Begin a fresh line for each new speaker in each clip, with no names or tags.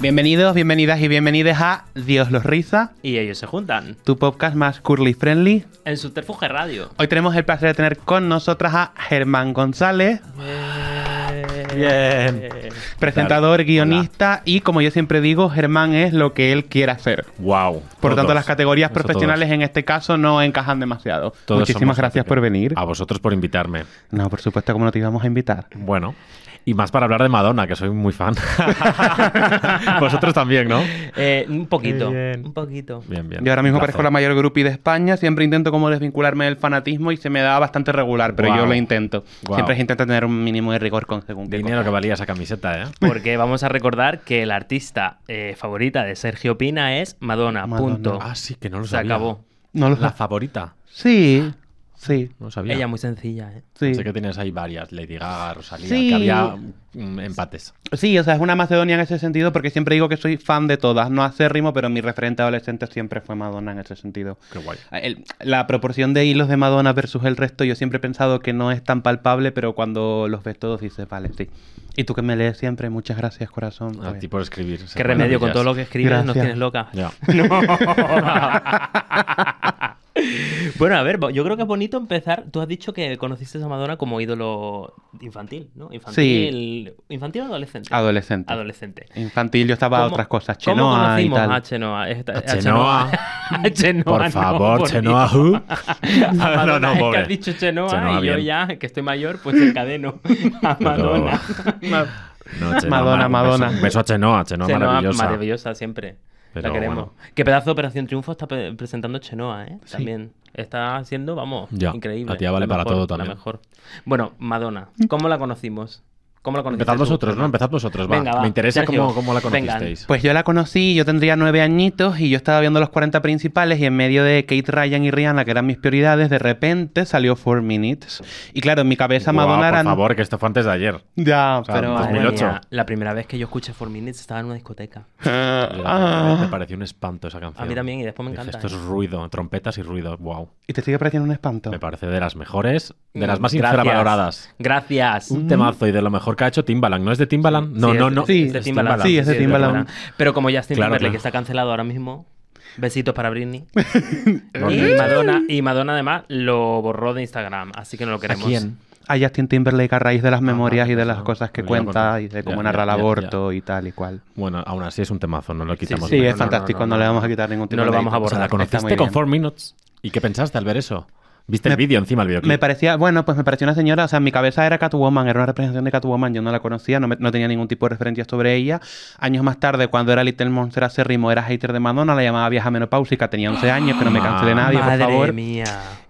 Bienvenidos, bienvenidas y bienvenides a Dios los Riza,
Y ellos se juntan
tu podcast más curly friendly.
en Subterfuge Radio.
Hoy tenemos el placer de tener con nosotras a Germán González,
Em,
Bien. presentador, guionista y como yo siempre digo, Germán es lo que él quiere hacer.
Wow.
Por lo tanto, las categorías
Eso
profesionales en este caso no encajan demasiado.
Todos
Muchísimas
somos
gracias
gente
por
que-
venir. Mm.
A vosotros por invitarme.
No, por supuesto, como no te íbamos a invitar.
Bueno. Y más para hablar de Madonna, que soy muy fan. vosotros también, ¿no?
Eh, un poquito.
Qué bien.
Un poquito.
Bien, bien.
Yo ahora mismo
Un
parezco la
placer.
mayor groupie de España, siempre intento como desvincularme del fanatismo y se me da bastante regular, pero
Guau.
yo lo intento.
Guau.
Siempre se intenta tener un mínimo de rigor con según qué
Dinero
cosa.
que valía esa camiseta, ¿eh?
Pues,
Porque vamos a recordar que la artista eh, favorita de Sergio Pina es Madonna.
Madonna.
Punto.
Ah, sí, que no lo
Se
sabía.
acabó.
No lo
La
sé.
favorita.
Sí, sí,
No lo sabía.
Ella muy sencilla, ¿eh?
sí.
Sé que tienes ahí varias, Lady Gaga, Rosalía,
Sí.
que había mm, empates.
Sí, o sea, es una Macedonia en ese sentido porque siempre digo que soy fan de todas, no acérrimo, pero mi referente adolescente siempre fue Madonna en ese sentido. Ah,
Qué guay.
El- la proporción de hilos de Madonna versus el resto, yo siempre he pensado que no es tan palpable, pero cuando los ves todos dices, vale, sí. Y tú que me lees siempre, muchas gracias,
Ah,
corazón.
A ti por escribir.
Qué remedio con todo lo que escribes, nos
Gracias.
tienes loca.
Ya.
Bueno, a ver, bo- yo creo que es bonito empezar. Tú has dicho que conociste a Madonna como ídolo infantil, ¿no? Infantil. ¿Infantil o adolescente?
Adolescente.
Adolescente.
Infantil, yo estaba a
¿Cómo-
otras cosas,
¿Cómo
Chenoa y
conocimos
tal.
a Chenoa? Esta-
A
a
Chenoa.
A Chenoa,
Ah, Por
no,
favor,
por
Chenoa,
Dios.
who?
A Madonna,
no,
es que
pobre.
has dicho Chenoa,
Chenoa,
y yo
bien.
ya, que estoy mayor, pues encadeno a Madonna.
No, Chenoa,
Madonna,
un beso-
Madonna.
Un beso a Chenoa, Chenoa,
Chenoa
maravillosa.
siempre.
Pero
la queremos.
bueno.
Qué pedazo de Operación Triunfo está pe- presentando Chenoa, ¿eh? También. Está haciendo, vamos,
Ya,
increíble.
la tía vale para
mejor,
todo también.
La mejor. Bueno, Madonna, ¿cómo la conocimos? ¿Cómo la conocimos?
Empezad vosotros, ¿no? Empezad vosotros, va.
Venga, va.
Me interesa
Sergio,
cómo, cómo la
venga.
conocisteis.
Pues yo la conocí, yo tendría nueve añitos y yo estaba viendo los 40 principales y en medio de Kate Ryan y Rihanna, que eran mis prioridades, de repente salió Four Minutes. Y claro, en mi
Pues
cabeza
Guau,
Madonna
por
era...
favor, que esto fue antes de ayer.
Ya,
sea,
pero...
Madre 2008.
mía, la primera vez que yo escuché Four Minutes estaba en una discoteca.
Ah.
Me pareció un espanto esa canción.
A mí también, y después me
Dije,
encanta.
Esto
¿eh?
es ruido, trompetas y ruido. Wow.
¿Y te sigue pareciendo un espanto?
Me parece de las mejores, de las más
Gracias.
infravaloradas.
Mm, Gracias. Mm.
Un temazo y de lo mejor que ha hecho Timbaland. ¿No es de Timbaland? No,
Sí,
no,
es-
no.
sí,
es de
es
Timbaland.
Timbaland. Sí, es de Timbaland.
Pero como Justin
Claro,
Timberlake
claro.
que está cancelado ahora mismo, besitos para Britney.
Britney.
y Madonna y Madonna además lo borró de Instagram, así que no lo
¿A
queremos.
quién?
A Justin Timberlake a raíz de las
Ah,
memorias y de las
no.
cosas que
Ya,
cuenta
bueno.
y de cómo
Ya,
narra
ya,
el
ya, ya.
aborto y tal y cual.
Bueno, aún así es un temazo, no lo quitamos.
Sí,
de-
es
no,
fantástico, no,
no, no,
le
no.
vamos a quitar ningún tipo
No lo
de
vamos a
mérito.
O sea, la
borrar.
Está muy
conociste con
bien.
4 Minutes. ¿Y qué pensaste al ver eso? ¿Viste
Me-
el vídeo encima, el videoclip?
Me parecía, bueno, pues me pareció una señora, o sea, en mi cabeza era Catwoman, era una representación de Catwoman, yo no la conocía, no, me- no tenía ningún tipo de referencia sobre ella. Años más tarde, cuando era Little Monster acérrimo, era hater de Madonna, la llamaba vieja menopáusica, tenía 11 años, que no me cancele nadie, por
Madre
favor.
mía.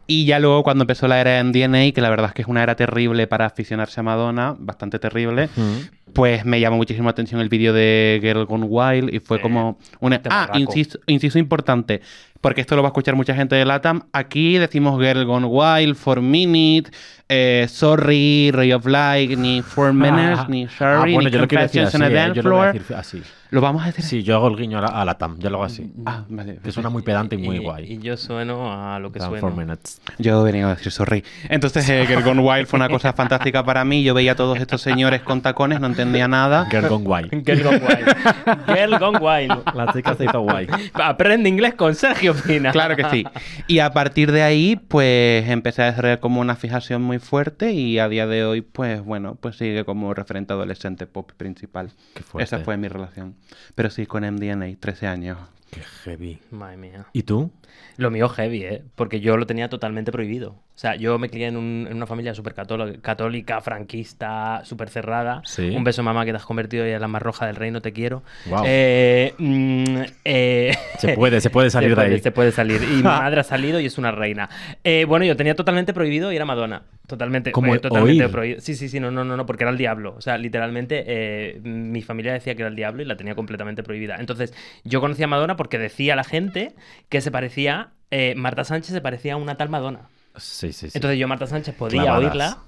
Y ya luego cuando empezó la era en DNA, que la verdad es que es una era terrible para aficionarse a Madonna, bastante terrible,
Mm.
pues me llamó muchísimo la atención el vídeo de Girl Gone Wild y fue
Sí.
como una...
Este
Te
Ah,
barraco.
inciso, inciso importante, porque esto lo va a escuchar mucha gente de LATAM. Aquí decimos Girl Gone Wild, Four Minute, eh, Sorry, Ray of Light, ni Four Minutes, ni
Ah,
Sorry,
bueno,
ni
yo lo quiero decir
Confessions
así.
on a
eh,
Dance
yo lo voy a
Floor.
decir así.
¿Lo vamos a decir?
Sí, yo hago el guiño a la, a la TAM, yo lo hago así.
Ah, vale.
Que suena muy pedante y muy
Y
guay.
yo sueno a lo que
Tan
suena.
four minutes.
Yo venía a decir sorry. Entonces, eh, Girl Gone Wild fue una cosa fantástica para mí. Yo veía a todos estos señores con tacones, no entendía nada.
Girl gone guay.
Girl Gone Wild. Girl Gone Wild.
La chica se hizo guay.
Aprende inglés con Sergio Pina.
Claro que sí. Y a partir de ahí, pues empecé a desarrollar como una fijación muy fuerte y a día de hoy, pues bueno, pues sigue como referente adolescente pop principal.
Qué fuerte.
Esa fue mi relación. Pero sí, con MDNA, 13 años.
Qué heavy.
Madre mía.
¿Y tú?
Lo mío heavy, ¿eh? Porque yo lo tenía totalmente prohibido. O sea, yo me crié en, un- en una familia súper cató- católica, franquista, súper cerrada.
Sí.
Un beso, mamá, que te has convertido ya en la más roja del reino, te quiero.
Guau.
Eh, mm, eh,
Se puede, se puede salir
se
de
puede,
ahí.
Se este puede salir. Y mi madre ha salido y es una reina. Eh, bueno, yo tenía totalmente prohibido y era Madonna. Totalmente.
Como
eh, totalmente
oír.
prohibido. Sí, sí, sí, no, no, no, no, porque era el diablo. O sea, literalmente eh, mi familia decía que era el diablo y la tenía completamente prohibida. Entonces, yo conocí a Madonna porque decía a la gente que se parecía. eh, Marta Sánchez se parecía a una tal Madonna.
Sí, sí, sí.
Entonces yo a Marta Sánchez podía
Clavadas.
oírla.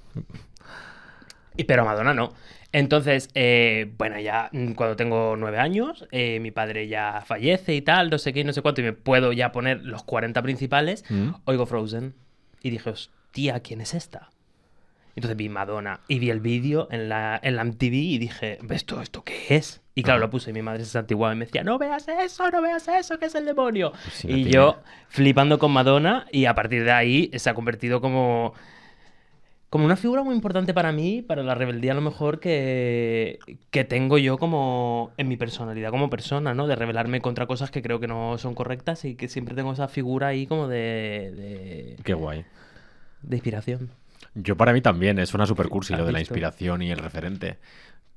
Y- Pero Madonna no. Entonces, eh, bueno, ya mm, cuando tengo nueve años, eh, mi padre ya fallece y tal, no sé qué, y no sé cuánto, y me puedo ya poner los 40 principales,
Mm.
oigo Frozen y dije, hostia, ¿quién es esta? Entonces vi Madonna y vi el vídeo en la, en la MTV y dije, ¿esto, esto qué es? Y claro, lo puse y mi madre se santiguaba y me decía, no veas eso, no veas eso, que es el demonio.
sí,
y
la
yo flipando con Madonna y a partir de ahí se ha convertido como como una figura muy importante para mí, para la rebeldía a lo mejor que, que tengo yo como en mi personalidad como persona, ¿no? De rebelarme contra cosas que creo que no son correctas y que siempre tengo esa figura ahí como de, de,
Qué guay.
de inspiración.
Yo para mí también, es una super cursi
¿Has
lo de la
visto?
inspiración y el referente.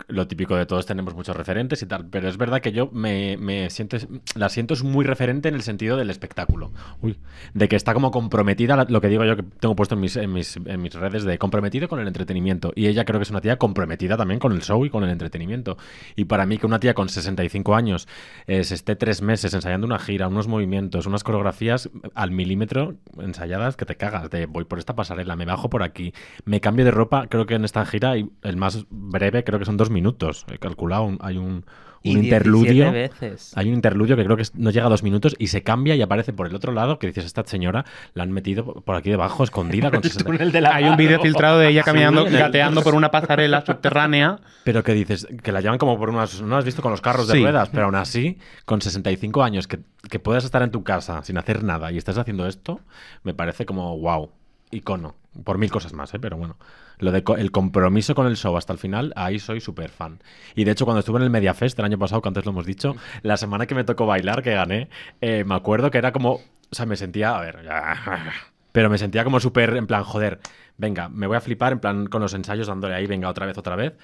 Lo típico de todos tenemos muchos referentes y tal, pero es verdad que yo me, me siento, la siento es muy referente en el sentido del espectáculo. Uy, de que está como comprometida, la- lo que digo yo que tengo puesto en mis, en mis, en mis redes de comprometido con el entretenimiento. Y ella creo que es una tía comprometida también con el show y con el entretenimiento. Y para mí que una tía con 65 años eh, se esté tres meses ensayando una gira, unos movimientos, unas coreografías al milímetro ensayadas que te cagas. De voy por esta pasarela, me bajo por aquí, me cambio de ropa. Creo que en esta gira hay- el más breve creo que son dos minutos. He calculado, un- hay un,
Y
un
17
interludio.
veces.
Hay un interludio que creo que es- no llega a dos minutos y se cambia y aparece por el otro lado que dices, esta señora la han metido por aquí debajo, escondida con 60".
Hay un vídeo filtrado de ella caminando,
Sí.
gateando por una pasarela subterránea.
Pero que dices, que la llevan como por unas... No has visto con los carros de
Sí.
ruedas, pero aún así, con 65 años, que, que puedas estar en tu casa sin hacer nada y estás haciendo esto, me parece como wow, icono. Por mil cosas más, ¿eh? pero bueno. Lo de co- el compromiso con el show hasta el final, ahí soy súper fan. Y de hecho, cuando estuve en el MediaFest el año pasado, que antes lo hemos dicho, la semana que me tocó bailar, que gané, eh, me acuerdo que era como... O sea, me sentía... A ver... ya- pero me sentía como súper, en plan, joder, venga, me voy a flipar, en plan, con los ensayos dándole ahí, venga, otra vez, otra vez.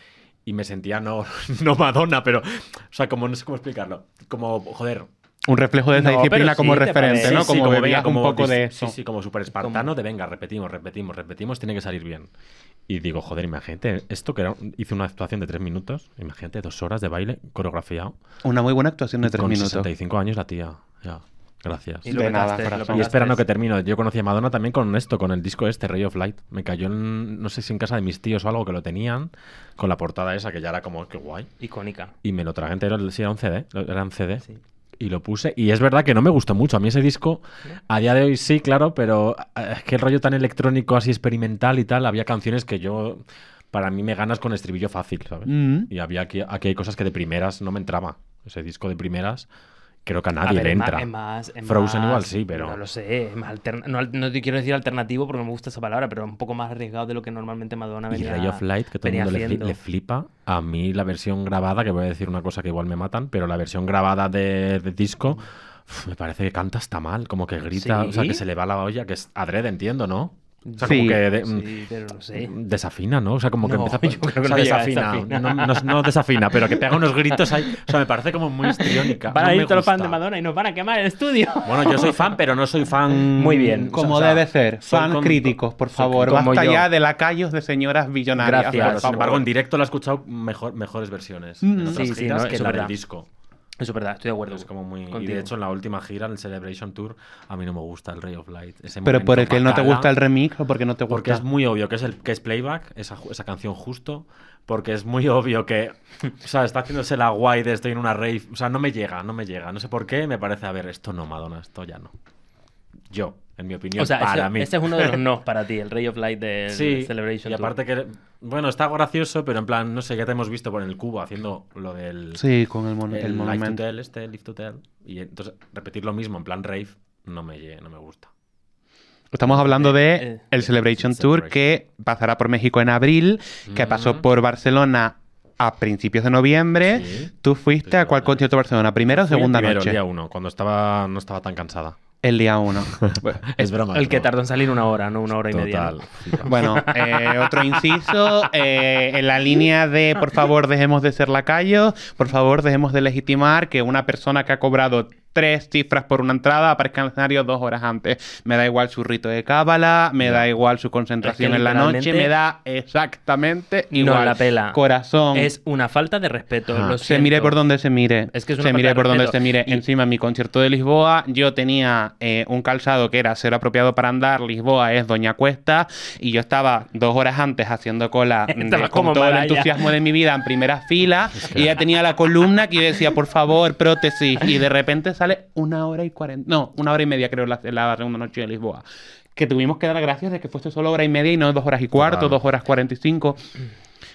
Y me sentía no, no Madonna, pero, o sea, como no sé cómo explicarlo. Como, joder.
Un reflejo de esa
No,
disciplina
pero
como
sí, te
referente,
parece.
¿no?
Sí,
como
venga,
bebía un poco
dis-
de eso.
Sí, sí, como súper espartano, de venga, repetimos, repetimos, repetimos, tiene que salir bien. Y digo, joder, imagínate, esto que era, un- hice una actuación de tres minutos, imagínate, dos horas de baile coreografiado.
Una muy buena actuación de tres
con
minutos.
65 años la tía. Ya, gracias.
Y lo
De nada,
petaste, lo
corazón.
Y
petaste.
esperando que termino. Yo conocí a Madonna también con esto, con el disco este, Ray of Light. Me cayó en, no sé si en casa de mis tíos o algo que lo tenían, con la portada esa que ¿Eh? ya era como, qué guay.
Icónica.
Y me lo tragué entero, sí, era un CD, lo- era un CD.
Sí.
Y lo puse, y es verdad que no me gustó mucho. A mí ese disco, a día de hoy sí, claro, pero eh, es que el rollo tan electrónico, así experimental y tal, había canciones que yo, para mí me ganas con estribillo fácil, ¿sabes?
Mm.
Y había aquí, aquí hay cosas que de primeras no me entraba. Ese disco de primeras, creo que a
A
nadie
ver,
le
es más-
entra.
es más- es
Frozen
más-
igual sí, pero-
No lo sé. es más alterna- no, al- no te quiero decir alternativo porque no me gusta esa palabra, pero un poco más arriesgado de lo que normalmente Madonna
Y
venía
Ray of Light, que todo el
venía
mundo le, fli-
haciendo.
le flipa. A mí la versión grabada, que voy a decir una cosa que igual me matan, pero la versión grabada de, de disco, uf, me parece que canta hasta mal, como que grita, o sea,
¿Sí?
que se le va la olla, que es adrede, entiendo, ¿no? O sea,
Sí,
como que de-
Sí, pero no sé.
mm, desafina, ¿no? O sea, como que
No,
empieza...
yo creo que
o sea,
no llega a
desafina.
desafinar.
No, no- no desafina, pero que pega unos gritos ahí. O sea, me parece como muy histriónica.
Van
no
a
me
ir todos los fans
gusta.
de Madonna y nos van a quemar el estudio.
Bueno, yo soy fan, pero no soy fan...
Muy bien.
Como
o sea,
debe ser.
soy
Fan
con-
críticos, por
soy
favor.
como
Basta
yo.
ya de lacayos de señoras billonarias.
Gracias.
por
Claro, sin
favor.
embargo, en directo la he escuchado mejor, mejores versiones.
Mm.
en otras
Sí, sí,
giras
no,
que
es
la del
verdad.
disco.
Eso es verdad, estoy de acuerdo.
Es como muy... Y
contigo.
de hecho, en la última gira, en el Celebration Tour, a mí no me gusta el Ray of Light. Ese
Pero
momento
por el que no te
bacala,
gusta el remix o porque no te gusta.
Porque es muy obvio que es, el, que es playback, esa, ju- esa canción justo. Porque es muy obvio que... O sea, está haciéndose la guay de estoy en una rave. O sea, no me llega, no me llega. No sé por qué, me parece... A ver, esto no, Madonna, esto ya no. Yo, en mi opinión,
o sea,
para
ese,
mí.
ese es uno de los no para ti, el Ray of Light del Celebration.
Y aparte que, bueno, está gracioso, pero en plan, no sé, ya te hemos visto por el cubo haciendo lo del
Sí, con el, mon- el
el Live to
monumento.
Tell, este Live to Tell. Y entonces repetir lo mismo en plan rave no me, lle- no me gusta.
Estamos hablando de
eh.
el Celebration
Sí,
Tour
Celebration. Mm.
que pasará por México en abril, que
Mm.
pasó por Barcelona a principios de noviembre.
Sí.
Tú fuiste a cuál
Principio
concierto
de noviembre.
de Barcelona, primera o
Fui el
segunda
primero,
noche.
El día uno, cuando estaba, no estaba tan cansada.
El día uno.
Es broma.
El
es
que
broma.
tardó en salir una hora, no una hora y media. ¿no?
Total. flipa.
Bueno, eh, otro inciso, eh, en la línea de por favor dejemos de ser lacayos, por favor dejemos de legitimar que una persona que ha cobrado tres cifras por una entrada, aparezca en el escenario dos horas antes. Me da igual su rito de cábala, me da igual su concentración en la noche,
literalmente-
me da exactamente
No
igual.
la pela.
Corazón.
Es una falta de respeto.
Ajá.
Lo
se mire
siento.
por donde se mire.
Es que es
se
una falta
mire
de
por donde
respeto.
se mire.
Y-
Encima, en mi concierto de Lisboa, yo tenía eh, un calzado que era cero apropiado para andar. Lisboa es Doña Cuesta. Y yo estaba dos horas antes haciendo cola mm,
Estabas
de- con
como
todo
Mariah.
el entusiasmo de mi vida en primera fila. Y ya tenía la columna que yo decía, por favor, prótesis. Y de repente sale una hora y cuarenta. No, una hora y media, creo, la, la segunda noche de Lisboa. Que tuvimos que dar gracias de que fuese solo hora y media y no dos horas y cuarto,
Claro.
dos horas cuarenta y cinco.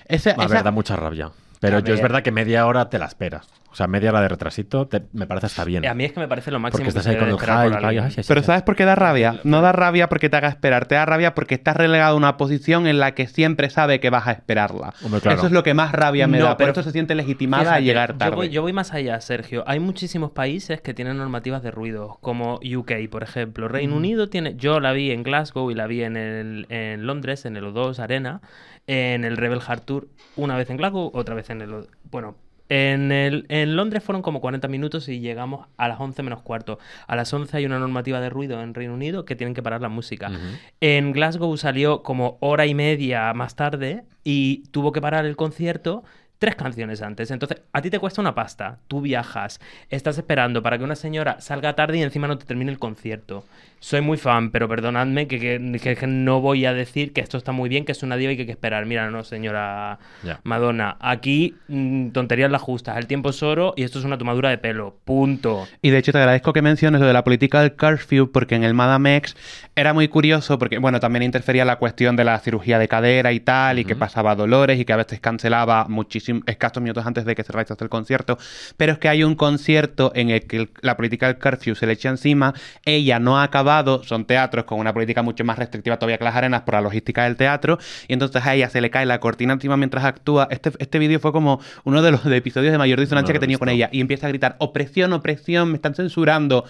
Esa,
A
esa-
ver, da mucha rabia. Pero
A
yo es
ver.
verdad que media hora te la esperas. O sea, media hora de retrasito te- me parece hasta bien.
Eh, A mí es que me parece lo máximo
porque
que
estás
se
ahí con
debe
el
esperar por
hype,
alguien.
ay, ay, ay,
Pero
ay.
¿sabes por qué da rabia? No da rabia porque te haga esperar, te da rabia porque estás relegado a una posición en la que siempre sabe que vas a esperarla.
Hombre, claro.
Eso es lo que más rabia me
No,
da,
pero-
pero esto se siente legitimada a
Fíjate,
llegar tarde.
Yo voy, yo voy más allá, Sergio. Hay muchísimos países que tienen normativas de ruido, como UK, por ejemplo. Reino Unido tiene. Yo la vi en Glasgow y la vi en, el- en Londres, en el O2 Arena, en el Rebel Heart Tour, una vez en Glasgow, otra vez en el. O- Bueno. En, el, en Londres fueron como 40 minutos y llegamos a las 11 menos cuarto. A las 11 hay una normativa de ruido en Reino Unido que tienen que parar la música.
Ujú.
En Glasgow salió como hora y media más tarde y tuvo que parar el concierto tres canciones antes. Entonces, a ti te cuesta una pasta, tú viajas, estás esperando para que una señora salga tarde y encima no te termine el concierto. Soy muy fan, pero perdonadme que, que- que- que no voy a decir que esto está muy bien, que es una diva y que hay que esperar. Mira, no, señora
Ya.
Madonna, aquí mm, tonterías las justas, el tiempo es oro y esto es una tomadura de pelo, punto.
Y de hecho te agradezco que menciones lo de la política del curfew porque en el Madame X era muy curioso porque, bueno, también interfería la cuestión de la cirugía de cadera y tal, y que pasaba dolores y que a veces cancelaba muchísimos escasos minutos antes de que se realizase el concierto. Pero es que hay un concierto en el que el- la política del curfew se le echa encima, ella no ha acabado, son teatros con una política mucho más restrictiva todavía que las arenas por la logística del teatro, y entonces a ella se le cae la cortina encima mientras actúa. Este, este vídeo fue como uno de los episodios de mayor
No
disonancia
lo
que he
he
tenido con
visto.
ella y empieza a gritar, opresión, opresión, me están censurando.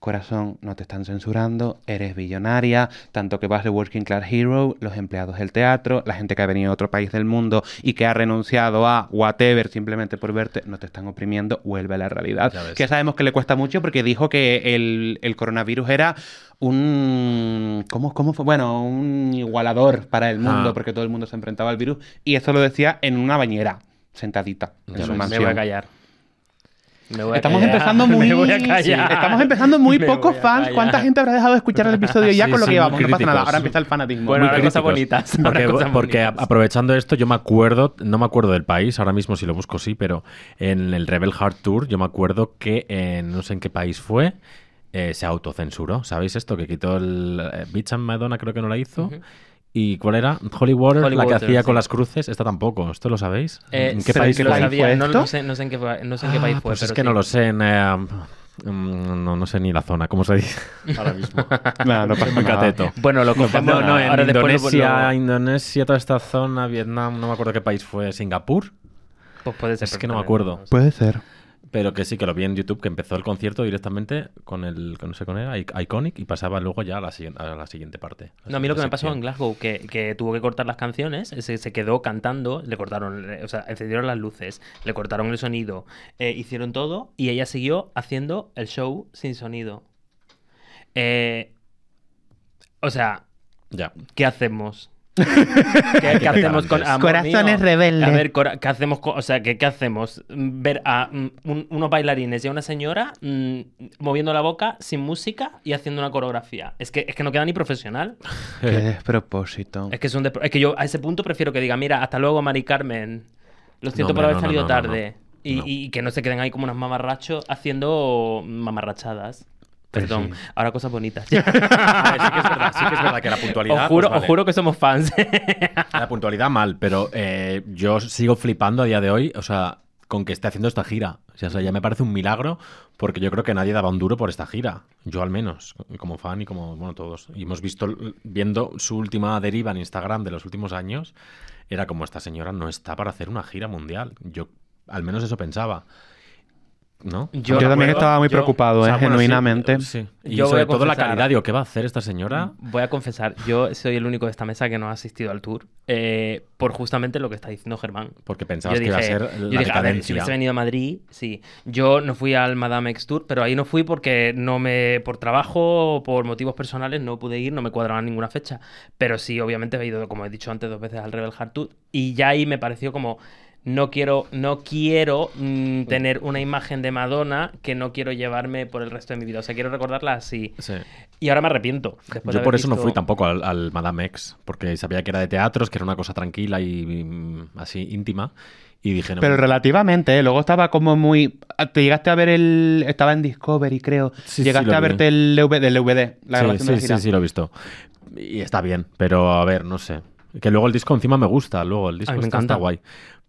Corazón, no te están censurando, eres billonaria, tanto que vas de Working Class Hero, los empleados del teatro, la gente que ha venido de otro país del mundo y que ha renunciado a whatever simplemente por verte, no te están oprimiendo, vuelve a la realidad.
Ya ves.
Que sabemos que le cuesta mucho porque dijo que el, el coronavirus era un... ¿cómo, ¿Cómo fue? Bueno, un igualador para el mundo
Ah.
porque todo el mundo se enfrentaba al virus y eso lo decía en una bañera, sentadita, en
Ya
su
ves.
Me
mansión.
voy a callar. Me voy a
Eh,
Estamos
callar.
ah,
empezando muy,
Me voy a callar.
sí, estamos empezando muy
Me
pocos
voy a
fans.
callar.
¿Cuánta gente habrá dejado de escuchar el episodio ya
Sí,
con lo
sí,
que llevamos?
muy
No pasa nada.
críticos.
ahora empieza el fanatismo.
Bueno,
Muy
ahora cosas
críticos.
bonitas, ahora
Porque,
cosas
porque a-
bonitas.
aprovechando esto, yo me acuerdo, no me acuerdo del país, ahora mismo si lo busco sí, pero en el Rebel Heart Tour yo me acuerdo que en- no sé en qué país fue, eh, se autocensuró. ¿Sabéis esto? Que quitó el eh, Beach and Madonna, creo que no la hizo.
Ujú.
¿Y cuál era? Holy Water,
Holy
la que
Water,
hacía
sí.
con las cruces. Esta tampoco, ¿esto lo sabéis?
Eh,
¿En qué
pero
país
que
fue?
lo
fue?
sabía, no,
esto?
no sé, no sé en qué, fa- no sé en qué país
Ah,
fue.
pues es
pero
que no
sí.
lo sé. en, eh, mm, no, no sé ni la zona, ¿cómo se dice? Ahora mismo.
No, no
Soy muy cateto.
Bueno, lo contamos
No, no, en
ahora después. lo-
Indonesia,
lo-
Indonesia, toda esta zona, Vietnam, no me acuerdo qué país fue, Singapur,
pues puede ser
Es que no me
perfectamente,
acuerdo.
sé.
Puede ser.
pero que sí, que lo vi en YouTube, que empezó el concierto directamente con el, con- no sé, con era, I- Iconic, y pasaba luego ya a la, siguien- a la siguiente parte.
No, a mí lo que me pasó en
Sección.
Glasgow, que, que tuvo que cortar las canciones, se, se quedó cantando, le cortaron, eh, o sea, encendieron las luces, le cortaron el sonido, eh, hicieron todo y ella siguió haciendo el show sin sonido. Eh, o sea,
Ya.
¿qué hacemos? ¿Qué, qué hacemos con amor
Corazones
mío?
rebeldes.
A ver, cora- ¿qué hacemos? con- o sea, ¿qué, qué hacemos? Mm, Ver a mm, un- unos bailarines y a una señora mm, moviendo la boca sin música y haciendo una coreografía. Es que, es que no queda ni profesional.
Qué despropósito.
Es que, es, un despro- es que yo a ese punto prefiero que diga, mira, hasta luego, Mari Carmen. Lo siento
No,
por
hombre,
haber
no, no,
salido
no, no,
tarde.
no.
Y,
No.
y que no se queden ahí como unas mamarrachos haciendo mamarrachadas.
Pues
Perdón,
sí.
ahora cosas bonitas.
A ver, sí que es verdad, sí que es verdad que la puntualidad.
os juro,
pues vale.
os juro que somos fans. Ah.
La puntualidad mal, pero eh, yo sigo flipando a día de hoy, o sea, con que esté haciendo esta gira. O sea, ya me parece un milagro porque yo creo que nadie daba un duro por esta gira. Yo al menos, como fan y como, bueno, todos. Y hemos visto, viendo su última deriva en Instagram de los últimos años, era como esta señora no está para hacer una gira mundial. Yo al menos eso pensaba. ¿no?
Yo, también
recuerdo-
estaba muy
yo-
preocupado,
o sea,
¿eh?
bueno, sí,
genuinamente.
sí. Y
Yo voy
sobre
a
todo la
confesar- Mm.
calidad, digo, ¿qué va a hacer esta señora?
Voy a confesar, yo soy el único de esta mesa que no ha asistido al tour eh, por justamente lo que está diciendo Germán.
Porque pensabas que iba a ser
yo dije, a
la
ver, si
decadencia.
hubiese venido a Madrid, sí. Yo no fui al Madame X Tour, pero ahí no fui porque no me, por trabajo o por motivos personales no pude ir, no me cuadraban ninguna fecha. Pero sí, obviamente he ido, como he dicho antes, dos veces al Rebel Heart Tour y ya ahí me pareció como... No quiero, no quiero mm, tener una imagen de Madonna que no quiero llevarme por el resto de mi vida. O sea, quiero recordarla así.
Sí.
Y ahora me arrepiento. después de
Yo
Pues haber
por eso no
visto-
fui tampoco al, al Madame X, porque sabía que era de teatros, que era una cosa tranquila y mm, así íntima. Y dije, no,
Pero
me-
relativamente, ¿eh? luego estaba como muy. ah, Te llegaste a ver el. Estaba en Discovery, creo.
Sí, sí,
llegaste
lo
a
vi.
verte el DVD, el DVD, la
sí,
grabación de
sí,
la
sí,
gira.
sí, lo he visto. Y está bien, pero a ver, no sé. Que luego el disco encima me gusta, luego el disco
A mí me
está,
encanta.
está guay.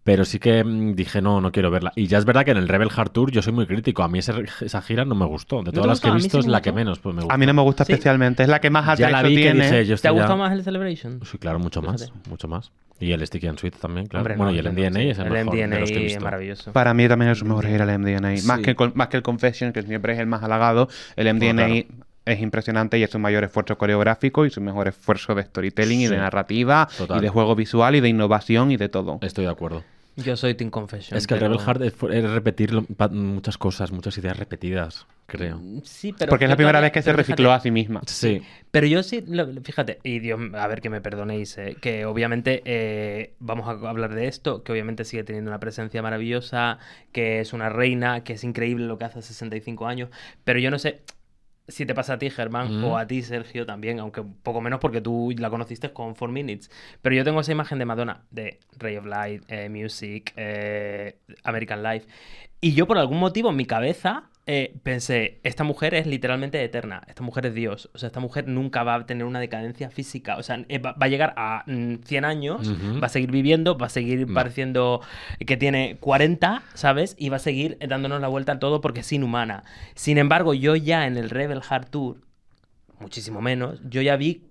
Pero sí que mm, dije, no, no quiero verla. Y ya es verdad que en el Rebel Heart Tour yo soy muy crítico. A mí ese- esa gira no me gustó. De
te
todas las que he
gustó? A mí sí
visto es
me
la
gustó.
que menos pues, me gustó.
A mí no me gusta
Sí.
especialmente. Es la que más
Ya la
atracción
vi que
tiene.
dije, yo
¿Te
estoy
ha
ya-
gustado más el Celebration?
Sí, claro, mucho más,
Fíjate.
mucho más. Y el Sticky and Sweet también, claro.
Hombre, no,
bueno, y el
no,
MDNA
sí.
es el, mejor de los que he
MDNA es
visto.
maravilloso.
Para mí también es su mejor gira el MDNA. Más,
Sí.
que el, con- más que el Confession, que siempre es el más halagado, el MDNA es impresionante y es su mayor esfuerzo coreográfico y su mejor esfuerzo de storytelling y de
Sí.
narrativa
Total.
y de juego visual y de innovación y de todo.
Estoy de acuerdo.
Yo soy Team Confession.
Es que el
pero-
Rebel Heart es, fu- es repetir lo- pa- muchas cosas, muchas ideas repetidas, creo.
Sí, pero
Porque es
yo
la primera
todavía-
vez que se
pero fíjate,
recicló a sí misma.
Sí.
Pero yo sí, lo- fíjate, y Dios, a ver que me perdonéis, eh, que obviamente eh, vamos a hablar de esto, que obviamente sigue teniendo una presencia maravillosa, que es una reina, que es increíble lo que hace a 65 años, pero yo no sé si te pasa a ti, Germán,
Mm.
o a ti, Sergio, también, aunque un poco menos porque tú la conociste con 4 Minutes, pero yo tengo esa imagen de Madonna, de Ray of Light, eh, Music, eh, American Life, y yo por algún motivo en mi cabeza eh, pensé, esta mujer es literalmente eterna, esta mujer es Dios, o sea, esta mujer nunca va a tener una decadencia física, o sea, eh, va, va a llegar a mm, 100 años,
Ujú.
va a seguir viviendo, va a seguir
No.
pareciendo que tiene 40, ¿sabes? Y va a seguir dándonos la vuelta a todo porque es inhumana. Sin embargo, yo ya en el Rebel Heart Tour, muchísimo menos, yo ya vi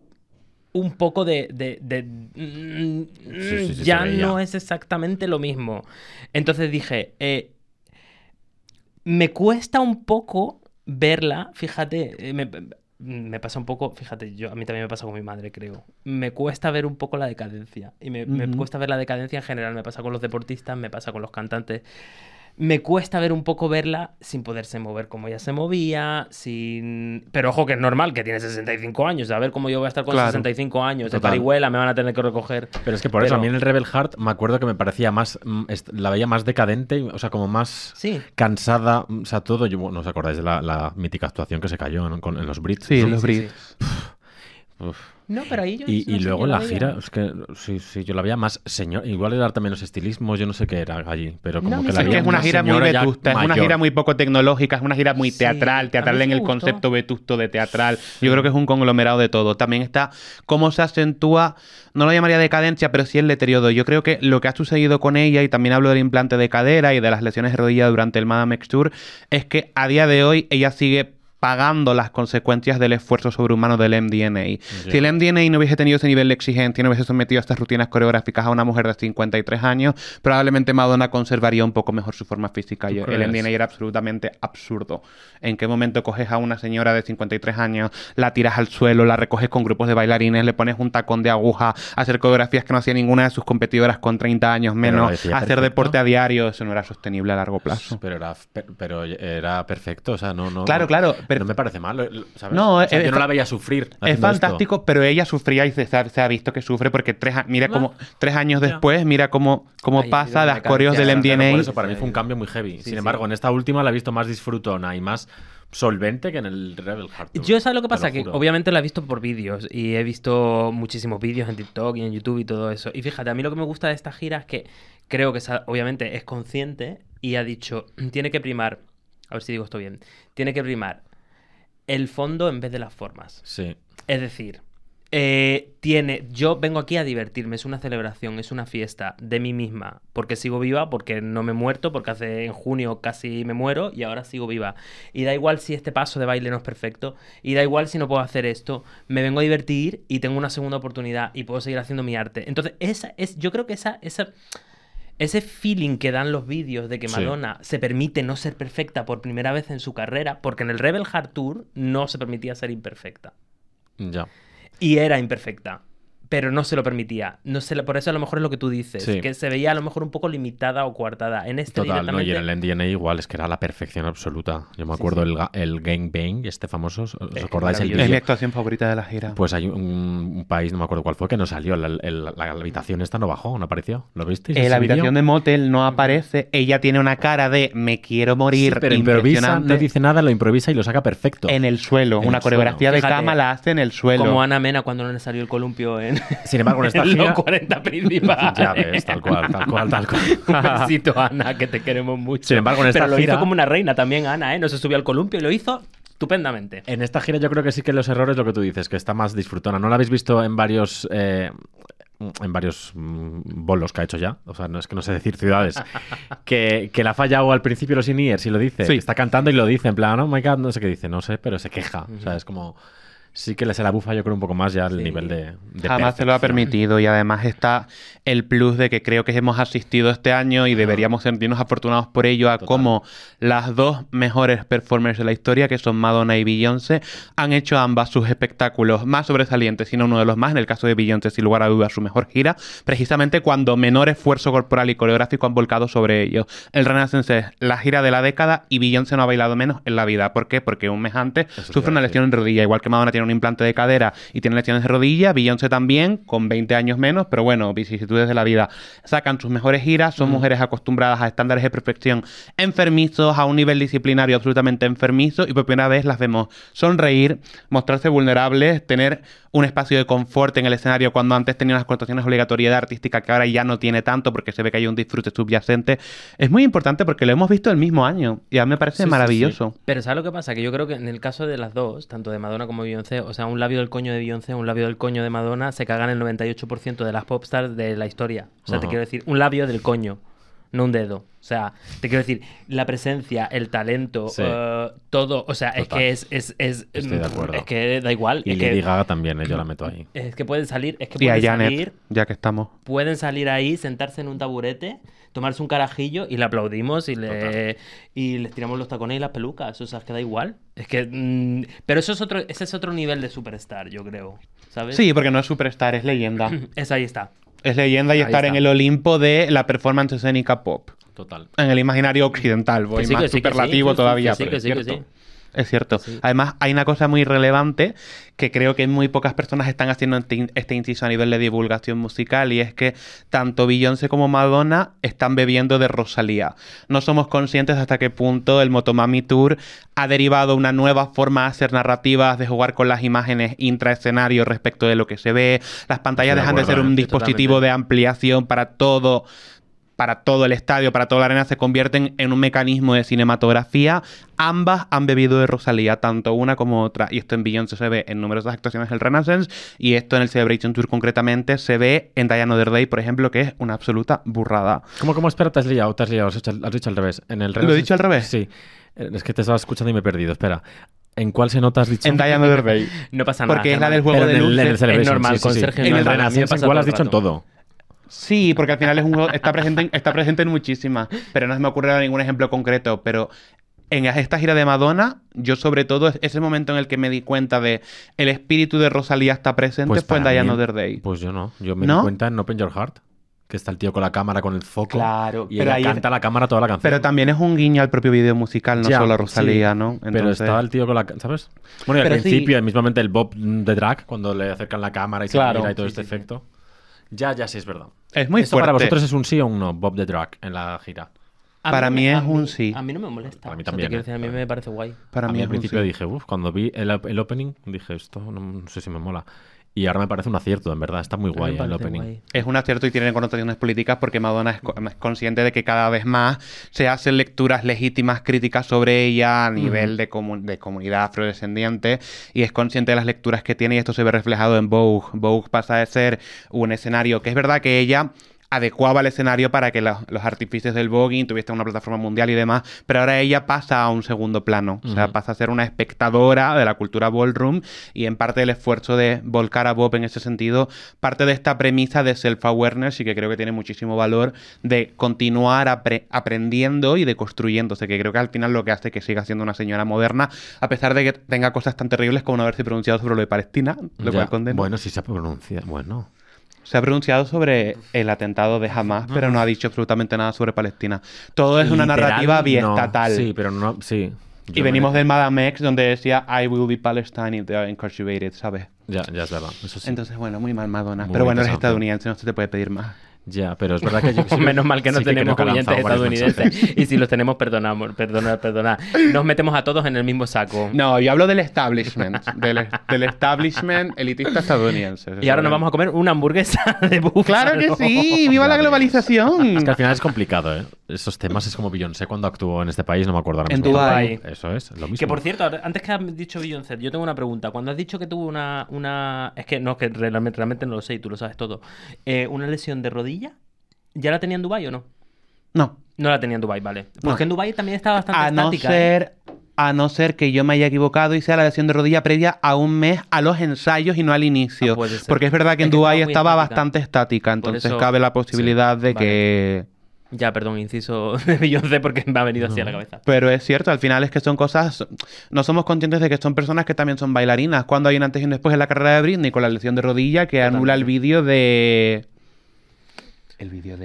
un poco de... de- de- mm,
Sí, sí, sí,
ya
se veía.
no es exactamente lo mismo. Entonces dije, eh, me cuesta un poco verla, fíjate, eh, me, me pasa un poco, fíjate, yo a mí también me pasa con mi madre, creo. Me cuesta ver un poco la decadencia. Y me, me
Ujú.
cuesta ver la decadencia en general, me pasa con los deportistas, me pasa con los cantantes. Me cuesta ver un poco verla sin poderse mover como ella se movía, sin... Pero ojo que es normal, que tiene 65 años, a ver cómo yo voy a estar con
Claro.
65 años, de
Total.
parihuela, me van a tener que recoger.
Pero es que por eso,
Pero-
a mí en el Rebel Heart me acuerdo que me parecía más. mm, est- La veía más decadente, o sea, como más
Sí.
cansada. mm, O sea, todo. Yo, bueno, ¿Os acordáis de la, la mítica actuación que se cayó en, con- en los Brits?
Sí,
Uf,
los
sí,
Brits.
uf.
No, pero ahí yo...
Y,
no
y
sé,
luego
yo
la
veía.
gira, es que sí, sí, yo la veía más señor. Igual era también los estilismos, yo no sé qué era allí, pero como
No, a mí
que
sí
la
Es
me
veía
que es una gira muy
señora ya
vetusta, es una
mayor.
gira muy poco tecnológica, es una gira muy
Sí,
teatral,
a mí
teatral
sí
en
me
el
gustó.
concepto vetusto de teatral. Yo creo que es un conglomerado de todo. También está cómo se acentúa, no lo llamaría decadencia, pero sí el deterioro. Yo creo que lo que ha sucedido con ella, y también hablo del implante de cadera y de las lesiones de rodilla durante el Madame X Tour, es que a día de hoy ella sigue pagando las consecuencias del esfuerzo sobrehumano del MDNA. Si el MDNA no hubiese tenido ese nivel de exigencia, no hubiese sometido a estas rutinas coreográficas a una mujer de 53 años, probablemente Madonna conservaría un poco mejor su forma física.
¿Tú
Y el
crees?
MDNA era absolutamente absurdo. ¿En qué momento coges a una señora de 53 años, la tiras al suelo, la recoges con grupos de bailarines, le pones un tacón de aguja, hacer coreografías que no hacía ninguna de sus competidoras con 30 años
lo
menos,
decía
hacer
perfecto.
deporte a diario? Eso no era sostenible a largo plazo.
Pero era, per- pero era perfecto, o sea, no, no.
Claro, claro, pero-
no me parece mal, lo- lo- ¿sabes?
No,
O sea,
es-
yo no la veía sufrir.
Es
haciendo esto.
fantástico, pero ella sufría y se, se ha- se ha visto que sufre porque tres, a- mira
Ah.
como tres años
Ya.
después, mira cómo, cómo
Ahí,
pasa
mira,
las
la
coreos del
carencia,
Claro,
MDNA.
por eso para mí fue un cambio muy heavy.
Sí,
Sin
sí.
embargo, en esta última la he visto más disfrutona y más solvente que en el Rebel Heart. Tour.
Yo sabes lo que
Te
pasa, que
juro.
obviamente la he visto por vídeos y he visto muchísimos vídeos en TikTok y en YouTube y todo eso. Y fíjate, a mí lo que me gusta de estas giras es que creo que esa- obviamente es consciente y ha dicho, "Mm, tiene que primar, a ver si digo esto bien, tiene que primar el fondo en vez de las formas.
Sí.
Es decir, eh, tiene, yo vengo aquí a divertirme, es una celebración, es una fiesta de mí misma, porque sigo viva, porque no me he muerto, porque hace en junio casi me muero y ahora sigo viva. Y da igual si este paso de baile no es perfecto, y da igual si no puedo hacer esto, me vengo a divertir y tengo una segunda oportunidad y puedo seguir haciendo mi arte. Entonces, esa es, yo creo que esa, esa, ese feeling que dan los vídeos de que
Sí.
Madonna se permite no ser perfecta por primera vez en su carrera, porque en el Rebel Heart Tour no se permitía ser imperfecta.
Ya.
Y era imperfecta. Pero no se lo permitía. No se lo- por eso a lo mejor es lo que tú dices.
Sí.
Que se veía a lo mejor un poco limitada o coartada. En este
Total, no, y en
directamente-
el NDNA igual, es que era la perfección absoluta. Yo me
Sí,
acuerdo
sí.
el ga- el, Gangbang, este famoso, ¿os
Es
acordáis el
maravilloso.
vídeo?
Es mi actuación favorita de la gira.
Pues hay un, un país, no me acuerdo cuál fue, que no salió. La, el- la habitación esta no bajó, no apareció. ¿Lo visteis?
Eh,
ese
la habitación
vídeo?
de motel no aparece. Ella tiene una cara de me quiero
Sí,
morir.
pero improvisa,
impresionante.
no dice nada, lo improvisa y lo saca perfecto.
En el suelo.
En
una
el
coreografía
suelo.
de
Fíjate.
cama la hace en el suelo.
Como Ana Mena cuando no le salió el columpio en,
Sin embargo, en esta
en los
gira...
40 principales.
Ya ves, tal cual, tal cual, tal
Un
cual.
besito, Ana, que te queremos Pues mucho.
Sin embargo, en esta
Pero lo
gira-
hizo como una reina también, Ana, ¿eh? No se subió al columpio y lo hizo estupendamente.
En esta gira yo creo que sí que los errores, lo que tú dices, que está más disfrutona. ¿No la habéis visto en varios... eh, en varios mm, bolos que ha hecho ya, o sea, no es que no sé decir ciudades, que, que la ha fallado al principio los in-ears y lo dice,
Sí.
está cantando y lo dice, en plan, oh my god, no sé qué dice, no sé, pero se queja, o sea, es como, sí que le se la bufa yo creo un poco más ya el
Sí.
nivel de... de
Jamás se lo ha
perfección.
permitido y además está el plus de que creo que hemos asistido este año y deberíamos sentirnos afortunados por ello a
Total.
cómo las dos mejores performers de la historia, que son Madonna y Beyoncé, han hecho ambas sus espectáculos más sobresalientes, sino uno de los más, en el caso de Beyoncé sin lugar a dudas su mejor gira, precisamente cuando menor esfuerzo corporal y coreográfico han volcado sobre ellos. El Renaissance es la gira de la década y Beyoncé no ha bailado menos en la vida. ¿Por qué? Porque un mes antes
Eso te
sufre
iba a
una
decir.
lesión en rodilla, igual que Madonna tiene un implante de cadera y tiene lesiones de rodilla, Beyoncé también, con 20 años menos, pero bueno, vicisitudes de la vida. Sacan sus mejores giras, son mujeres acostumbradas a estándares de perfección enfermizos, a un nivel disciplinario absolutamente enfermizo, y por primera vez las vemos sonreír, mostrarse vulnerables, tener un espacio de confort en el escenario cuando antes tenía unas connotaciones obligatoriedad artística que ahora ya no tiene tanto porque se ve que hay un disfrute subyacente. Es muy importante porque lo hemos visto el mismo año y a mí me parece
Sí, sí, sí.
maravilloso.
Pero ¿sabes lo que pasa? Que yo creo que en el caso de las dos, tanto de Madonna como Beyoncé, o sea, un labio del coño de Beyoncé, un labio del coño de Madonna, se cagan el 98% de las popstars de la historia. O sea, te
Ajá.
quiero decir, un labio del coño, no un dedo. O sea, te quiero decir, la presencia, el talento,
Sí.
eh, todo, o sea, es
Total.
que es, es, es,
Estoy de acuerdo.
es que da igual.
Y
es, que,
Lady Gaga también, eh, yo la meto ahí.
es que pueden salir, es que
Y a
pueden
Janet,
salir
ya que estamos.
pueden salir ahí, sentarse en un taburete, tomarse un carajillo y le aplaudimos y, le, y les tiramos los tacones y las pelucas. O sea, es que da igual. Es que. mm, pero eso es otro, ese es otro nivel de superstar, yo creo. ¿Sabes?
Sí, porque no es superstar, es leyenda.
Es ahí está.
es leyenda y
Ahí
estar
está.
en el Olimpo de la performance escénica pop.
Total.
En el imaginario occidental, voy
Que sí,
más
que sí, que sí,
superlativo
que sí,
todavía.
que sí,
pero
que
es
sí, que
cierto.
sí.
Es cierto.
Sí.
Además, hay una cosa muy relevante que creo que muy pocas personas están haciendo este este inciso a nivel de divulgación musical y es que tanto Beyoncé como Madonna están bebiendo de Rosalía. No somos conscientes hasta qué punto el Motomami Tour ha derivado una nueva forma de hacer narrativas, de jugar con las imágenes intraescenario respecto de lo que se ve. Las pantallas
Estoy de
dejan de
acuerdo,
ser un
¿eh?
dispositivo de ampliación para todo para todo el estadio, para toda la arena, se convierten en un mecanismo de cinematografía. Ambas han bebido de Rosalía, tanto una como otra. Y esto en Beyoncé se ve en numerosas actuaciones del Renaissance y esto en el Celebration Tour concretamente se ve en Diana Other Day, por ejemplo, que es una absoluta burrada.
¿Cómo, cómo? Espera, te has liado, te has liado, has hecho- has dicho, al revés. En el
¿Lo he
Renaissance-
dicho al revés?
Sí. Eh, Es que te estaba escuchando y me he perdido, espera. ¿En cuál se nota has dicho?
En Diana Other Day.
No pasa nada.
Porque es la del
Germán.
juego
Pero
de
en el, en el
luces.
Celebration,
normal,
sí, sí,
con
sí.
Sergio
En el
Hernández,
a mí me
Renaissance
pasa
igual
todo
has
el
dicho en
rato.
todo.
Sí, porque al final es un juego, está presente, en- está presente en muchísimas, pero no se me ocurre ningún ejemplo concreto, pero en esta gira de Madonna, yo sobre todo es- ese momento en el que me di cuenta de el espíritu de Rosalía está presente fue en
para mí-
Diana Other Day.
Pues yo no. Yo me
¿No?
di cuenta en Open Your Heart, que está el tío con la cámara, con el foco.
Claro,
y
pero
ella
ahí-
canta a la cámara toda la canción.
Pero también es un guiño al propio video musical, no
Ya,
solo a Rosalía, ¿no?
Pero
Entonces-
estaba el tío con la... ca- ¿Sabes? Bueno, y al
Pero sí.
principio, mismamente el Bob de Drag, cuando le acercan la cámara y se
Claro.
mira y todo
Sí,
este
sí, sí.
efecto. Ya, ya sí, es verdad.
Es muy
¿Esto
fuerte.
para vosotros es un sí o un no, Bob de Drag, en la gira?
A
Para
no
mí
me- a
es un sí.
A mí no me molesta.
Para mí
O sea, te
también,
quiero
¿eh?
decir, a mí
Para mí.
me parece guay.
Para
a mí, al
es un
principio
sí.
dije, uff, cuando vi el, op- el opening, dije, esto no, no sé si me mola. Y ahora me parece un acierto, en verdad. Está muy
A mí
guay
me
el
parece
opening.
guay.
Es un acierto y tiene connotaciones políticas porque Madonna es, co- es consciente de que cada vez más se hacen lecturas legítimas críticas sobre ella a nivel de, comu- de comunidad afrodescendiente y es consciente de las lecturas que tiene y esto se ve reflejado en Vogue. Vogue pasa de ser un escenario que es verdad que ella adecuaba el escenario para que los, los artífices del voguing tuviesen una plataforma mundial y demás, pero ahora ella pasa a un segundo plano, o sea,
Ujú.
pasa a ser una espectadora de la cultura ballroom y en parte el esfuerzo de volcar a Bob en ese sentido, parte de esta premisa de self-awareness y que creo que tiene muchísimo valor de continuar apre- aprendiendo y de construyéndose, que creo que al final lo que hace que siga siendo una señora moderna, a pesar de que tenga cosas tan terribles como no haberse pronunciado sobre lo de Palestina, lo
Ya.
cual condena.
Bueno, si se pronuncia. Bueno.
Se ha pronunciado sobre el atentado de Hamas, pero no ha dicho absolutamente nada sobre Palestina. Todo es una
Literal,
narrativa
no.
biestatal.
Sí, pero no. Sí.
y venimos del Madame X, donde decía I will be Palestine if they are incarcerated, ¿sabes?
Ya, ya es verdad. Eso sí.
Entonces, bueno, muy mal Madonna.
Muy
pero bueno, eres
interesante.
estadounidense, no se te puede pedir más.
Ya, pero es verdad que yo. sí-
Menos mal que no
sí creo
tenemos
que ha
oyentes
lanzado varios mensajes.
estadounidenses. Y si los tenemos, perdonamos, perdonad, perdonad. Nos metemos a todos en el mismo saco.
No, yo hablo del establishment. del, del establishment elitista estadounidense.
Y ahora nos vamos a comer una hamburguesa de búfalo.
¡Claro que sí! ¡Viva la
Ya ves.
globalización!
Es que al final es complicado, ¿eh? Esos temas es como Beyoncé cuando actuó en este país, no me acuerdo ahora
En
mismo.
Dubái.
Eso es, lo mismo.
Que por cierto, ahora- antes que has dicho Beyoncé, yo tengo una pregunta. Cuando has dicho que tuvo una. una... Es que no, que realmente, realmente no lo sé y tú lo sabes todo. Eh, ¿Una lesión de rodilla? ¿Ya la tenía en Dubai o no?
No.
No la tenía en Dubai, vale. Porque
No.
en Dubai también estaba bastante
A no,
estática. ¿eh?
ser, a no ser que yo me haya equivocado y sea la lesión de rodilla previa a un mes a los ensayos y no al inicio.
Ah, puede ser.
Porque es verdad que en
Es que
Dubái
estaba muy
estaba
estática.
bastante estática, entonces
eso-
cabe la posibilidad de
vale.
que...
Ya, perdón, inciso de Beyoncé porque me ha venido así a la cabeza.
Pero es cierto, al final es que son cosas... No somos conscientes de que son personas que también son bailarinas. Cuando hay un antes y un después en la carrera de Britney con la lesión de rodilla que anula el vídeo de... El vídeo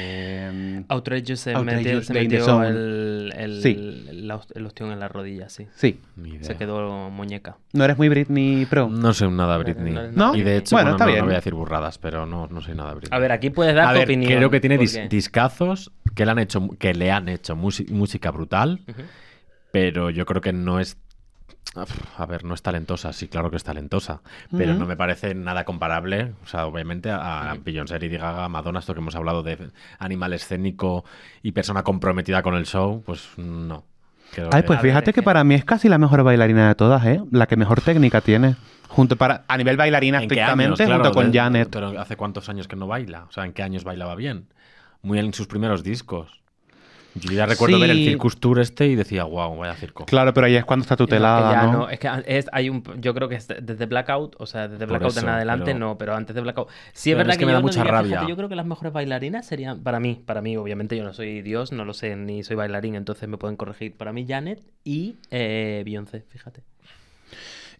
de... mm,
Outrageous se,
Outrageous
metió, se
de In the
metió
Zone.
el, el,
Sí.
la host- el ostión en la rodilla, sí.
Sí.
Ni idea.
Se quedó muñeca.
No eres muy Britney Pro.
No soy nada Britney.
No, no,
no.
Y de hecho,
Bueno,
bueno,
está
no, no
bien.
voy a decir burradas, pero no, no soy nada Britney.
A ver, aquí puedes dar
A
tu
ver,
opinión.
creo que tiene
¿Por
dis-
qué?
discazos que le han hecho, que le han hecho musi- música brutal,
Ujú.
pero yo creo que no es. Uf, A ver, no es talentosa, sí, claro que es talentosa, pero
Ujú.
no me parece nada comparable, o sea, obviamente a Beyoncé, Lady Gaga, Madonna, esto que hemos hablado de animal escénico y persona comprometida con el show, pues no. Creo
Ay,
que-
pues
a ver,
fíjate
es
que
que-
para mí es casi la mejor bailarina de todas, ¿eh? La que mejor técnica tiene. Junto para, a nivel bailarina
¿En qué años?
estrictamente,
Claro,
junto con
de-
Janet.
Pero ¿hace cuántos años que no baila? O sea, ¿en qué años bailaba bien? Muy en sus primeros discos. Yo ya recuerdo ver el
Sí.
Circus Tour este y decía, wow, vaya circo.
Claro, pero ahí es cuando está
No, que
tutelada,
ya
¿no?
no, es que es- hay un, yo creo que es desde Blackout, o sea, desde
Por
Blackout en
eso,
adelante
pero-
no, pero antes de Blackout. Sí es
Pero
verdad
es
que,
que me
yo
da
no
mucha
diría,
rabia.
fíjate, yo creo que las mejores bailarinas serían, para mí, para mí, obviamente yo no soy Dios, no lo sé, ni soy bailarín, entonces me pueden corregir. Para mí Janet y eh, Beyoncé, fíjate.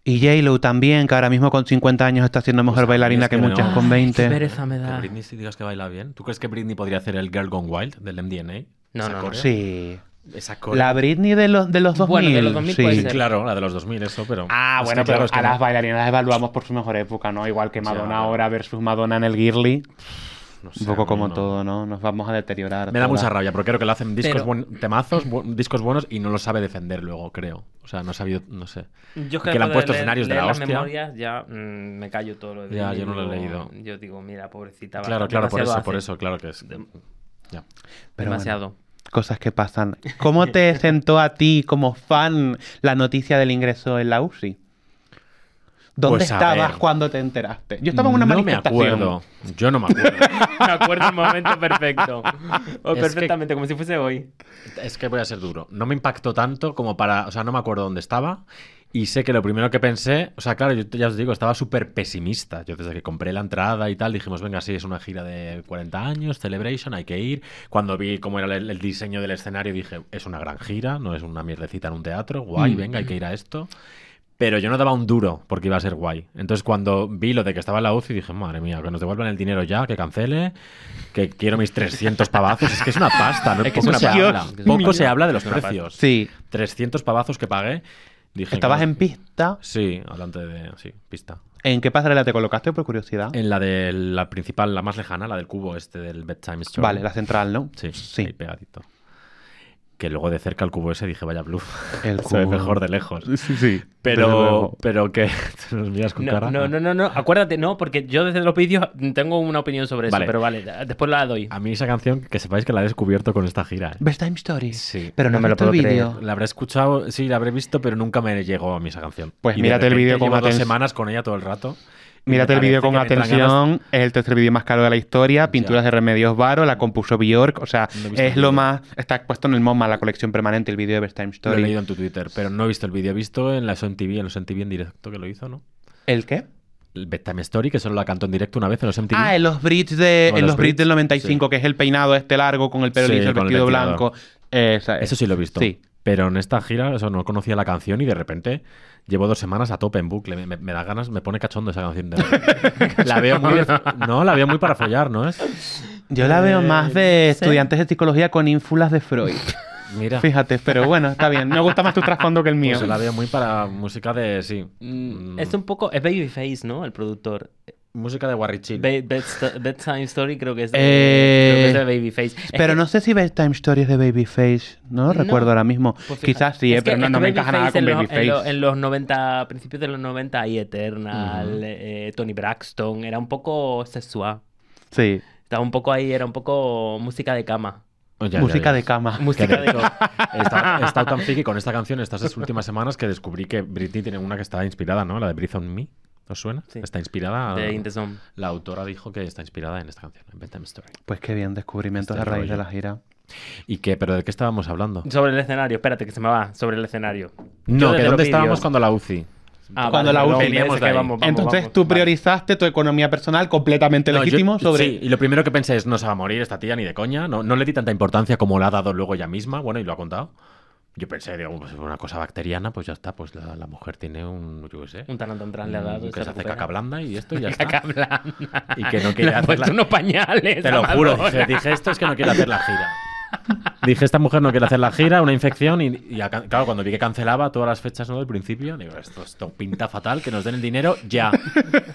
Y J-Lo también, que ahora mismo con 50 años está siendo mejor
Pues a mí
bailarina
es
que,
que no.
muchas
Ay,
con
qué
20.
pereza me
Que
da.
Britney si digas que baila bien. ¿Tú crees que Britney podría hacer el Girl Gone Wild del MDNA?
No,
Esa
no, no.
coreo.
Sí.
Esa coreo.
La Britney de los, de los 2000.
Bueno, de los 2000
sí.
puede
Sí,
ser.
claro, la de los 2000, eso, pero.
Ah,
es
bueno,
que
pero
claro, es que
a
no.
las bailarinas las evaluamos por su mejor época, ¿no? Igual que Madonna
Ya.
ahora versus Madonna en el girly.
No
Un
sé,
poco
a mí
como
no.
todo, ¿no? Nos vamos a deteriorar.
Me da
todas.
mucha rabia, porque creo que le hacen discos
Pero-
buen- temazos, bu- discos buenos y no lo sabe defender luego, creo. O sea, no ha sabido, no sé.
Yo es
Que le han
después de
puesto
leer-
escenarios de
leer
la
las
hostia.
memorias ya mm, me callo todo lo de
Ya,
Britney,
yo no lo he
digo-
leído.
Yo digo, mira, pobrecita.
Claro, claro, por eso,
demasiado
por
hace,
eso, claro que es. Ya.
Pero bueno.
demasiado.
cosas que pasan. ¿Cómo te sentó a ti como fan la noticia del ingreso en la UCI? ¿Dónde
Pues a
estabas
ver.
cuando te enteraste? Yo estaba en una
no me
manifestación.
acuerdo. Yo no me acuerdo.
Me acuerdo el momento perfecto. O
Es que-
perfectamente, como si fuese hoy.
es que voy a ser duro. No me impactó tanto como para. O sea, no me acuerdo dónde estaba. Y sé que lo primero que pensé. O sea, claro, yo te- ya os digo, estaba súper pesimista. Yo desde que compré la entrada y tal, dijimos, venga, sí, es una gira de 40 años, Celebration, hay que ir. Cuando vi cómo era el, el diseño del escenario, dije, es una gran gira, no es una mierdecita en un teatro. Guay,
Mm.
venga, hay que ir a esto. Pero yo no daba un duro porque iba a ser guay. Entonces cuando vi lo de que estaba en la UCI dije, madre mía, que nos devuelvan el dinero ya, que cancele, que quiero mis 300 pavazos. Es que es una pasta, ¿no?
Es que es
poco
una
se
pasta.
habla.
Dios mío.
Poco se habla de los
Es una pasta.
precios.
Sí.
300 pavazos que pagué. Dije,
Estabas
claro,
en pista.
Sí, adelante de... Sí, pista.
¿En qué pasarela te colocaste, por curiosidad?
En la de la principal, la más lejana, la del cubo este del Bedtime Story.
Vale, la central, ¿no?
Sí, ahí pegadito. Que luego de cerca el cubo ese dije, vaya bluff.
El
Se ve
cubo.
mejor de lejos.
Sí, sí. Desde
Pero,
luego.
pero que te nos miras con
No,
cara.
ah.
no, no, no, no, acuérdate, no, porque yo desde los vídeos tengo una opinión sobre eso,
Vale.
pero vale, después la doy.
Ah,
A mí esa canción, que sepáis que la he descubierto con esta gira. ¿eh?
Best Time Story.
Sí.
Pero no, me lo puedo
creer.
La habré escuchado, sí, la habré visto, pero nunca me llegó a mí esa canción.
Pues
Y de
mírate el
repente
vídeo con
llevo dos
atención.
semanas con ella todo el rato
Mírate el
parece
vídeo con
que me entran ganas-
atención, es el tercer vídeo más caro de la historia, pinturas
Ya.
de Remedios Varo, la compuso Bjork, o sea,
No he visto
es
el
lo
vídeo.
más, está puesto en el MoMA, la colección permanente, el vídeo de Bedtime
Lo he
Story.
leído en tu Twitter, pero no he visto el vídeo. He visto en la Son TV, en los MTV en directo que lo hizo, ¿no?
¿El qué?
El Bedtime Story, que solo la cantó en directo una vez en los MTV.
Ah, en los Brits, de,
O
en los Brits del 95,
sí.
que es el peinado este largo con el pelo
Sí,
liso, el
con el
vestido
ventilador.
blanco. Esa es.
Eso sí lo he visto.
Sí.
Pero en esta gira, eso no conocía la canción y de repente llevo dos semanas a tope en bucle. Me, me- me da ganas, me pone cachondo esa canción. de repente. la veo muy. de- No, la veo muy para follar, ¿no es?
Yo la veo más de
sí.
estudiantes de psicología con ínfulas de Freud.
Mira.
Fíjate, pero bueno, está bien. Me gusta más tu trasfondo que el mío.
Pues la veo muy para música de. Sí.
Mm,
Mm,
Es un poco. Es Babyface, ¿no? El productor.
Música de Warrichil.
Be- Bedst- Bedtime Story creo que es de,
Eh,
creo que es de Babyface. Es
Pero
que-
no sé si Bedtime Stories de Babyface, no lo
No.
recuerdo ahora mismo.
pues fíjate,
Quizás sí, eh,
es que-
pero no,
es
no
que
me encaja nada
Babyface
con
en lo-
Babyface.
En, lo- en los 90, principios de los 90, y Eternal,
Ujú.
eh, Tony Braxton, era un poco sexual.
Sí,
Estaba un poco ahí, era un poco música de cama.
Oh, ya, ya,
música
ya.
de cama.
Que
Música
de
de
hecho, he estado- he estado tan friki con esta canción estas últimas semanas que descubrí que Britney tiene una que está inspirada, ¿no? La de Breathe on Me. ¿Os suena?
Sí.
Está inspirada.
Ah.
de In The Zone.
La autora dijo que está inspirada en esta canción, en Bedtime Story.
Pues qué bien, descubrimientos
Este
a raíz
rollo.
de la gira.
¿Y qué? ¿Pero de qué estábamos hablando?
Sobre el escenario, espérate que se me va. Sobre el escenario.
No,
Yo
que
desde
dónde
los
estábamos
vídeos.
cuando la UCI.
Ah,
Cuando la
perdón,
UCI,
me
veníamos
dice
de
que
ahí.
vamos, vamos,
Entonces
vamos.
tú
Vale.
priorizaste tu economía personal completamente
No, yo-
legítimo sobre...
Sí, y lo primero que pensé es, no se va a morir esta tía ni de coña. No, no le di tanta importancia como la ha dado luego ella misma, bueno, y lo ha contado. Yo pensé, digo, pues una cosa bacteriana, pues ya está, pues la, la mujer tiene un, yo qué sé,
Un tanantantrán le ha dado.
un-
y
Mm, que se hace
recupera.
caca blanda y esto y ya está.
Caca blanda.
Y que no
Le
quería
ha
hacer la-
puesto unos pañales.
Te
a
lo juro,
Madonna.
dije, dije, esto es que no quiere hacer la gira. Dije, esta mujer no quiere hacer la gira, una infección. Y, y a- claro, cuando vi que cancelaba todas las fechas ¿no? del principio, digo, esto, esto pinta fatal, que nos den el dinero ya.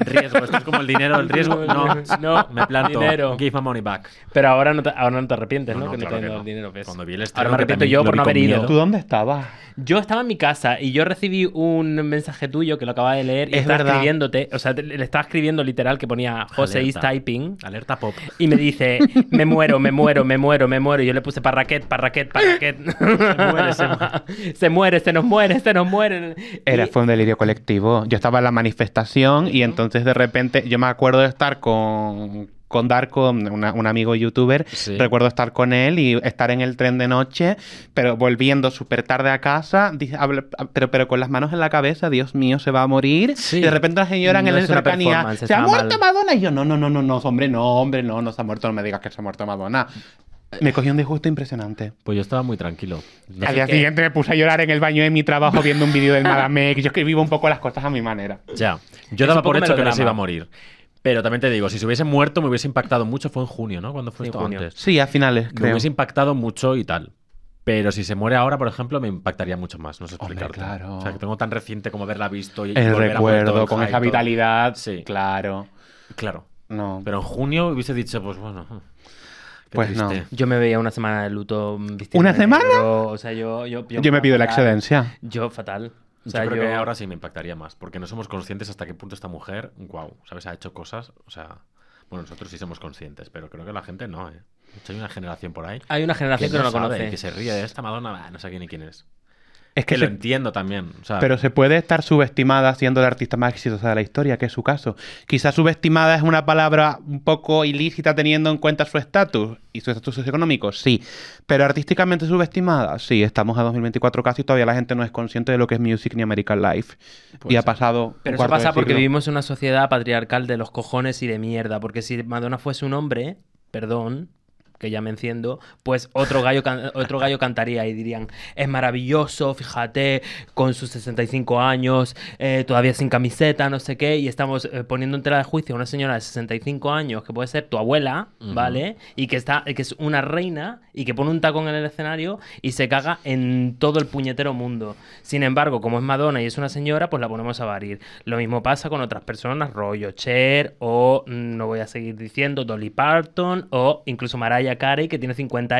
Riesgo, esto es como el dinero, el riesgo. No,
No,
no me planto.
dinero.
Give my money back.
Pero ahora no te, ahora no te arrepientes, ¿no?
No, no,
que no
claro
te han
que
dado
no.
el dinero. ¿ves?
Cuando vi el
ahora me
estreno, que
arrepiento
también
yo
lo
por
vi
no haber
con
ido.
miedo.
¿Tú dónde estabas?
Yo estaba en mi casa y yo recibí un mensaje tuyo que lo acababa de leer y
Es
estaba
verdad.
escribiéndote, o sea, te- le estaba escribiendo literal que ponía José is
Alerta.
typing
Alerta pop.
y me dice, me muero, me muero, me muero, me muero. Y yo le puse parraquet, parraquet, parraquet. Se
muere, se
muere. se muere, se nos muere, se nos muere.
Era,
Y-
fue un delirio colectivo. Yo estaba en la manifestación y entonces de repente yo me acuerdo de estar con, con Darko, una- un amigo youtuber.
Sí.
Recuerdo estar con él y estar en el tren de noche, pero volviendo súper tarde a casa, di- habl- pero, pero con las manos en la cabeza, Dios mío, se va a morir.
Sí.
Y de repente la señora en
No
el
es una
cercanía,
performance,
¿se ha
está
muerto
mal.
Madonna? Y yo, no, no, no, no, no, hombre, no, hombre, no, no se ha muerto, no me digas que se ha muerto Madonna. Me cogió un disgusto impresionante.
Pues yo estaba muy tranquilo. No
Al
sé-
día
qué.
siguiente me puse a llorar en el baño de mi trabajo viendo un vídeo del Madame, que yo es que vivo un poco las cosas a mi manera.
Ya. Yo
Es un
daba
poco
por hecho que no
melodrama.
se iba a morir. Pero también te digo, si se hubiese muerto me hubiese impactado mucho. Fue en junio, ¿no? Cuando fue
Sí,
esto
junio.
antes.
Sí, a finales,
me
creo.
hubiese impactado mucho y tal. Pero si se muere ahora, por ejemplo, me impactaría mucho más, no sé
Hombre,
explicarte.
claro.
O sea, que tengo tan reciente como haberla visto y y
El
volver a poner todo
recuerdo,
el
con
hype,
esa
todo.
vitalidad.
Sí.
Claro.
Claro.
No.
Pero en junio hubiese dicho, pues bueno. qué
Pues no.
triste.
Yo me veía una semana de luto mm, vistiendo
¿Una
de
semana?
negro, o sea, yo... Yo,
yo me pido la
fatal.
excedencia.
Yo fatal. O
Yo
sea,
creo
yo-
que ahora sí me impactaría más, porque no somos conscientes hasta qué punto esta mujer, wow, ¿sabes? Ha hecho cosas, o sea, bueno, nosotros sí somos conscientes, pero creo que la gente no, ¿eh? De hecho, Hay una generación por ahí
Hay una generación que no,
no
lo
sabe,
conoce.
que se ríe de esta Madonna, bah, no sé quién ni quién es.
Es
Que
que,
lo
se-
entiendo también, o sea,
pero se puede estar subestimada siendo la artista más exitosa de la historia, que es su caso. Quizás subestimada es una palabra un poco ilícita teniendo en cuenta su estatus y su estatus socioeconómico, sí. Pero artísticamente subestimada, sí. Estamos a 2024 casi y todavía la gente no es consciente de lo que es Music ni American Life.
Puede
y ha
ser.
pasado. un
Pero eso
cuarto de
pasa porque
siglo.
vivimos en una sociedad patriarcal de los cojones y de mierda. Porque si Madonna fuese un hombre, perdón, que ya me enciendo, pues otro gallo, can- otro gallo cantaría y dirían, es maravilloso, fíjate, con sus 65 años, eh, todavía sin camiseta, no sé qué, y estamos eh, poniendo en tela de juicio a una señora de 65 años, que puede ser tu abuela,
Ujú.
¿vale? Y que, está, que es una reina y que pone un tacón en el escenario y se caga en todo el puñetero mundo. Sin embargo, como es Madonna y es una señora, pues la ponemos a varir. Lo mismo pasa con otras personas, rollo Cher o, mm, no voy a seguir diciendo, Dolly Parton o incluso Mariah Mariah Carey, que tiene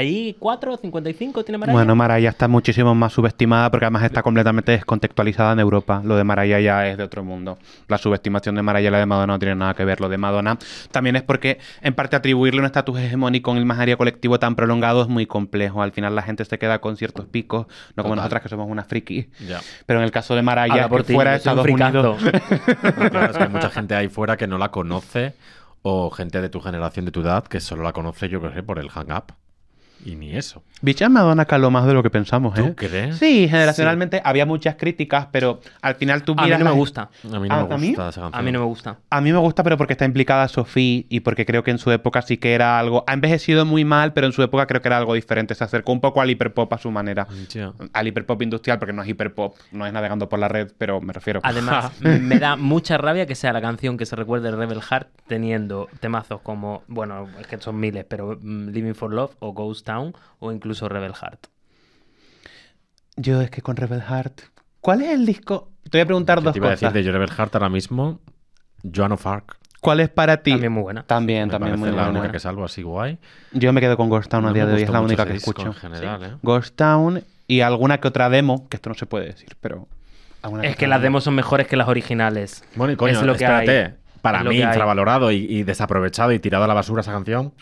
54, 55, tiene Mariah.
Bueno, Maraya está muchísimo más subestimada porque además está completamente descontextualizada en Europa. Lo de Maraya ya es de otro mundo. La subestimación de Maraya y la de Madonna no tiene nada que ver. Lo de Madonna también es porque, en parte, atribuirle un estatus hegemónico en el imaginario colectivo tan prolongado es muy complejo. Al final la gente se queda con ciertos picos, no como
Total.
nosotras que somos unas frikis.
Ya.
Pero en el caso de
Habla
Maraya, es
por
que
ti,
fuera de
soy un
Estados Unidos...
fricazo.
No, claro, es que hay mucha gente ahí fuera que no la conoce o gente de tu generación, de tu edad, que solo la conoce, yo qué sé, por el hang up. Y ni eso.
Bicha Madonna caló más de lo que pensamos,
¿Tú
¿eh?
crees?
Sí, generacionalmente había muchas críticas, pero al final tú
A mí
miras
no me
las-
gusta.
A mí no
Ah,
me
¿a mí?
gusta esa canción.
A mí no me gusta.
A mí me gusta, pero porque está implicada Sofía y porque creo que en su época sí que era algo. Ha envejecido muy mal, pero en su época creo que era algo diferente. Se acercó un poco al hiperpop a su manera.
Ya.
Al hiperpop industrial, porque no es hiperpop, no es navegando por la red, pero me refiero.
Además, me da mucha rabia que sea la canción que se recuerde de Rebel Heart teniendo temazos como, bueno, es que son miles, pero mm, Living for Love o Ghost Town o incluso Rebel Heart.
Yo es que con Rebel Heart. ¿Cuál es el disco? Te voy a preguntar
¿Qué
dos
te iba a decir
cosas.
de Jorebel Hart ahora mismo? Joan of Arc.
¿Cuál es para ti?
También muy buena.
también,
Me
también
parece
muy
la
buena.
única que salvo así guay.
Yo me quedo con Ghost Town
No
a
me
día de hoy, es
gustó
la
mucho
única
ese
que
disco
escucho.
en general, ¿eh?
Ghost Town y alguna que otra demo, que esto no se puede decir, pero. alguna
Es que
otra
las demos son mejores que las originales.
Bueno, y coño,
Es lo que
espérate.
hay.
Para
Es lo
mí,
que hay.
infravalorado y, y desaprovechado y tirado a la basura esa canción.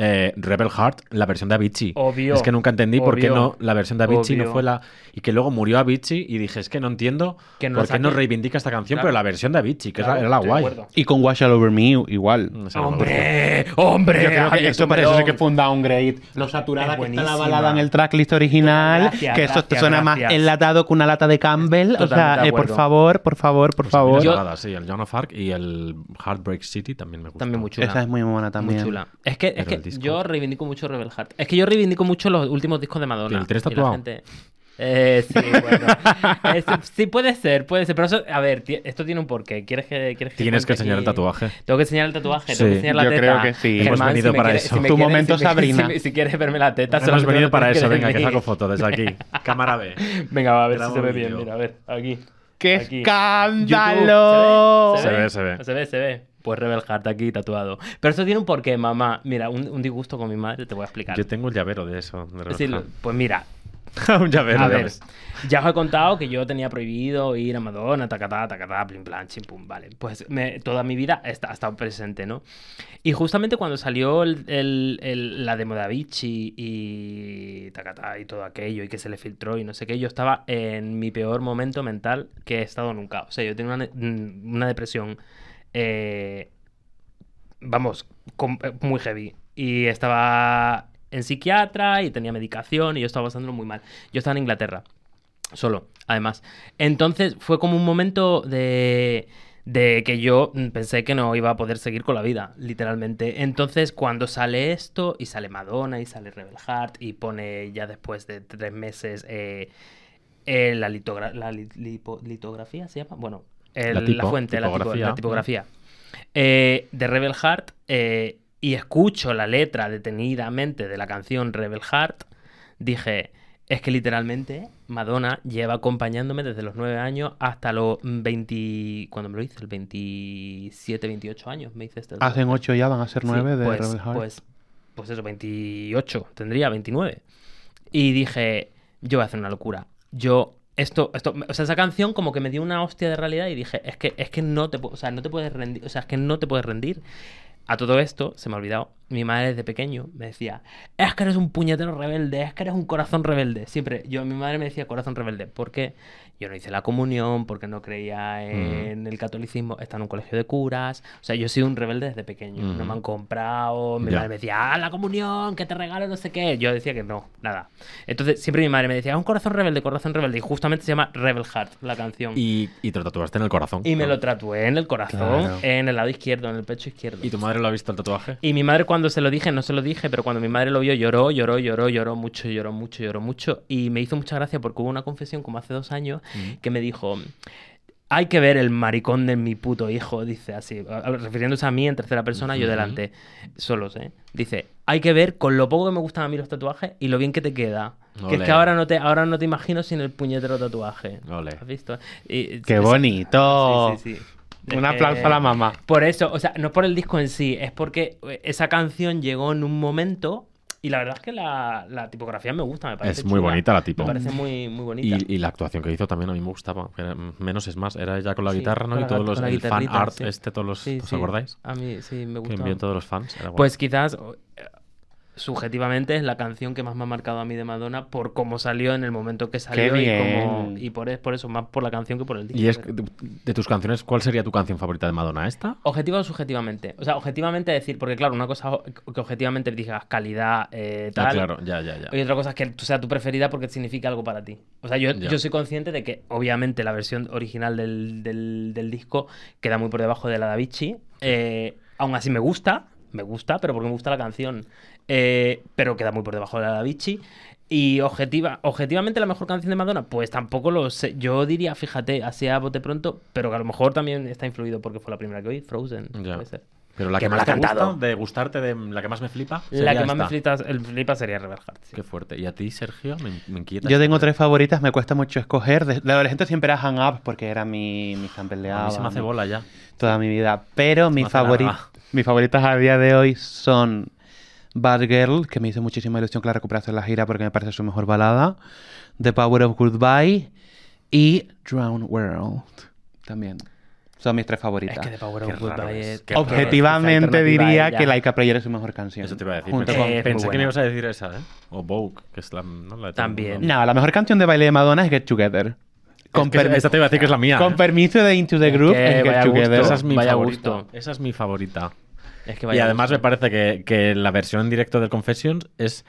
eh, Rebel Heart, la versión de Avicii.
Obvio.
Es que nunca entendí por qué
Obvio.
no la versión de Avicii no
Obvio.
fue la. Y que luego murió Avicii y dije, es que no entiendo
Que no
por
la
qué no
saque.
reivindica esta canción,
Claro.
pero la versión de Avicii, que es la-
Claro,
era la
estoy de
guay.
acuerdo.
Y con Wash All Over Me igual.
No sé, no me gusta.
¡Hombre! ¡Hombre!
Yo creo que
Eh, Javier
eso por eso sí
Tumelón!
que fue un downgrade. Lo saturada
Es
que está la
buenísima.
balada en el tracklist original,
Gracias,
que eso te
gracias,
suena más
gracias.
enlatado que una lata de Campbell. O
Totalmente
sea,
de
eh, por
acuerdo.
favor, por favor, por
Pues a mí
favor.
las baladas, sí, el John of Arc y el Heartbreak City también me gusta.
También muy chula.
Esa es muy buena también.
Muy chula. Es que, es
Pero el
que
disco-
yo reivindico mucho Rebel Heart. Es que yo reivindico mucho los últimos discos de Madonna.
¿El
Y
tres
la
tatuado?
gente- Eh, sí, bueno. Eh, sí- sí, puede ser, puede ser. Pero eso, a ver, ti- esto tiene un porqué. ¿Quieres que, quieres que
Tienes
cuente
que enseñar el
aquí?
tatuaje.
Tengo que enseñar el tatuaje, tengo
Sí.
que enseñar la
Yo
teta.
creo que sí. Hemos
Germán,
venido
si me
para
quieres-
eso.
si me
Tu
quieres-
momento,
si me-
Sabrina.
Si, me- si quieres verme la teta,
Hemos
solamente
venido
lo
para
tienes
eso,
ver
venga,
de
que
mí.
saco foto desde aquí. Cámara B.
Venga, va, a ver si
Grabo
se ve
vídeo.
bien. Mira, a ver, aquí.
¡Qué
Aquí.
escándalo!
YouTube, Se ve, se ve.
Se ve, se ve. Pues Rebel Heart aquí tatuado. Pero eso tiene un porqué, mamá. Mira, un, un disgusto con mi madre te voy a explicar.
Yo tengo el llavero de eso. de
Es decir,
Rebel
pues mira,
Heart. Un llavero,
a
ya
ver,
ves.
ya os he contado que yo tenía prohibido ir a Madonna, tacatá, tacatá, plim, plan, chim, pum, vale. Pues me- toda mi vida está- ha estado presente, ¿no? Y justamente cuando salió el- el- el- la demo de Avicii y tacatá y todo aquello y que se le filtró y no sé qué, yo estaba en mi peor momento mental que he estado nunca. O sea, yo tenía una, ne- mm, una depresión, eh, vamos, com- eh, muy heavy. Y estaba en psiquiatra y tenía medicación y yo estaba pasándolo muy mal. Yo estaba en Inglaterra solo, además. Entonces fue como un momento de, de que yo mm, pensé que no iba a poder seguir con la vida, literalmente. Entonces cuando sale esto y sale Madonna y sale Rebel Heart y pone ya después de tres meses eh, eh, la, litogra- la li- lipo- litografía, ¿se llama? Bueno, el-
La
la,
tipo-
fuente, la tipo-
tipografía.
la tipografía eh, de Rebel Heart eh, y escucho la letra detenidamente de la canción Rebel Heart, dije, es que literalmente Madonna lleva acompañándome desde los 9 años hasta los 20... ¿Cuándo me lo hice? El 27, 28 años me hice este... tatuaje.
Hacen ocho ya, van a ser
Sí,
nueve de
pues,
Rebel Heart.
Pues, pues eso, 28, tendría 29. Y dije, yo voy a hacer una locura. Yo, esto, esto, o sea, esa canción como que me dio una hostia de realidad y dije, es que, es que no te, pu- o sea, no te puedes rendir, o sea, es que no te puedes rendir. A todo esto, se me ha olvidado, mi madre desde pequeño me decía, es que eres un puñetero rebelde, es que eres un corazón rebelde. Siempre, yo, mi madre me decía corazón rebelde, porque yo no hice la comunión, porque no creía
Mm.
en el catolicismo, está en un colegio de curas, o sea, yo he sido un rebelde desde pequeño,
Mm.
no
Ujú.
me han comprado, mi
Ya.
madre me decía, ah, la comunión, que te regalo, no sé qué. Yo decía que no, nada. Entonces, siempre mi madre me decía, un corazón rebelde, corazón rebelde, y justamente se llama Rebel Heart la canción. Y,
Y, y te lo tatuaste en el corazón.
me
¿no?
lo tatué en el corazón,
Claro.
en el lado izquierdo, en el pecho izquierdo.
¿Y tu madre lo ha visto el tatuaje?
Y mi madre cuando se lo dije, no se lo dije, pero cuando mi madre lo vio lloró, lloró, lloró, lloró mucho, lloró mucho, lloró mucho. Y me hizo mucha gracia porque hubo una confesión como hace dos años
Mm.
que me dijo, hay que ver el maricón de mi puto hijo, dice así, a- a- refiriéndose a mí en tercera persona, yo
Ujú.
delante, solos, ¿eh? Dice, hay que ver con lo poco que me gustan a mí los tatuajes y lo bien que te queda. Que es
Ole.
que ahora no, te, ahora no te imagino sin el puñetero tatuaje.
Ole.
¿Has visto? Y-
¡Qué
es-
bonito!
Sí, sí, sí.
Un
Eh,
aplauso a la mamá.
por eso, o sea, no es por el disco en sí, es porque esa canción llegó en un momento Y la verdad es que la, la tipografía me gusta, me parece.
Es muy
chula.
bonita la tipo.
Me parece muy, muy bonita.
Y, y la actuación que hizo también a mí me gustaba. que era, mm, menos es más. Era ella con la
Sí,
guitarra, ¿no?
con
Y
la-
todos los
con la
el fan
guitarrita,
art,
sí.
este, todos los.
Sí,
¿Os
sí.
acordáis?
A mí sí, me
Que
gusta.
envió todos los fans. Era guay.
Pues quizás o- eh, subjetivamente es la canción que más me ha marcado a mí de Madonna por cómo salió en el momento que salió
¡Qué
y, cómo-
bien!
y por, es- por eso, más por la canción que por el disco.
Y es de, de tus canciones, ¿cuál sería tu canción favorita de Madonna? ¿Esta?
Objetiva o subjetivamente. O sea, objetivamente decir, porque claro, una cosa o- que objetivamente digas calidad, eh, tal.
Ah, claro, ya, ya, ya.
Y otra cosa es que tú sea tu preferida porque significa algo para ti. O sea, yo,
Ya.
yo soy consciente de que obviamente la versión original del, del- del disco queda muy por debajo de la da Vinci. Eh, aún así me gusta, me gusta, pero porque me gusta la canción. Eh, pero queda muy por debajo de la da Vinci. Y objetiva, objetivamente la mejor canción de Madonna, pues tampoco lo sé. Yo diría, fíjate, así a bote pronto, pero que a lo mejor también está influido porque fue la primera que oí, Frozen.
Ya.
puede ser.
Pero la
Que
que
me
más
la
te
ha cantado.
gusta, de gustarte, de la que más me flipa.
La que
sería
más me
esta.
flipa, el flipa sería Rebel Heart. sí.
Qué fuerte. ¿Y a ti, Sergio? Me, me inquieta.
Yo
esta
tengo
canción.
tres favoritas, me cuesta mucho escoger. De, de adolescente siempre era Hang Up porque era mi, mi sample de
A mí se
ABBA,
me hace
mi-
bola ya.
toda mi vida. Pero mi
me hace
favori-
larga.
mis favoritas a día de hoy son Bad Girl, que me hizo muchísima ilusión que la recuperase en la gira porque me parece su mejor balada. The Power of Goodbye y Drown World. También. Son mis tres favoritas.
Es que de Power
Qué
of Goodbye
raro es,
es-
qué raro es.
Objetivamente
Alternativa
diría
ella.
que Laika Player es su mejor canción.
Eso te iba a decir.
Junto
Pensé,
Eh,
con-
muy
pensé que
buena.
me ibas a decir esa, ¿eh? O Vogue, que es la, ¿no? la de todo el
También.
mundo.
No, la mejor canción de baile de Madonna es Get Together. Con,
Es que
permi-
esa te iba a decir que es la mía.
con
¿eh?
permiso de Into the Group,
que
es Get
vaya
Together.
Esa es mi
Vaya
favorita.
gusto.
Esa es mi favorita.
Es que
y
vaya
además
gusto.
me parece que, que la versión en directo del Confessions es,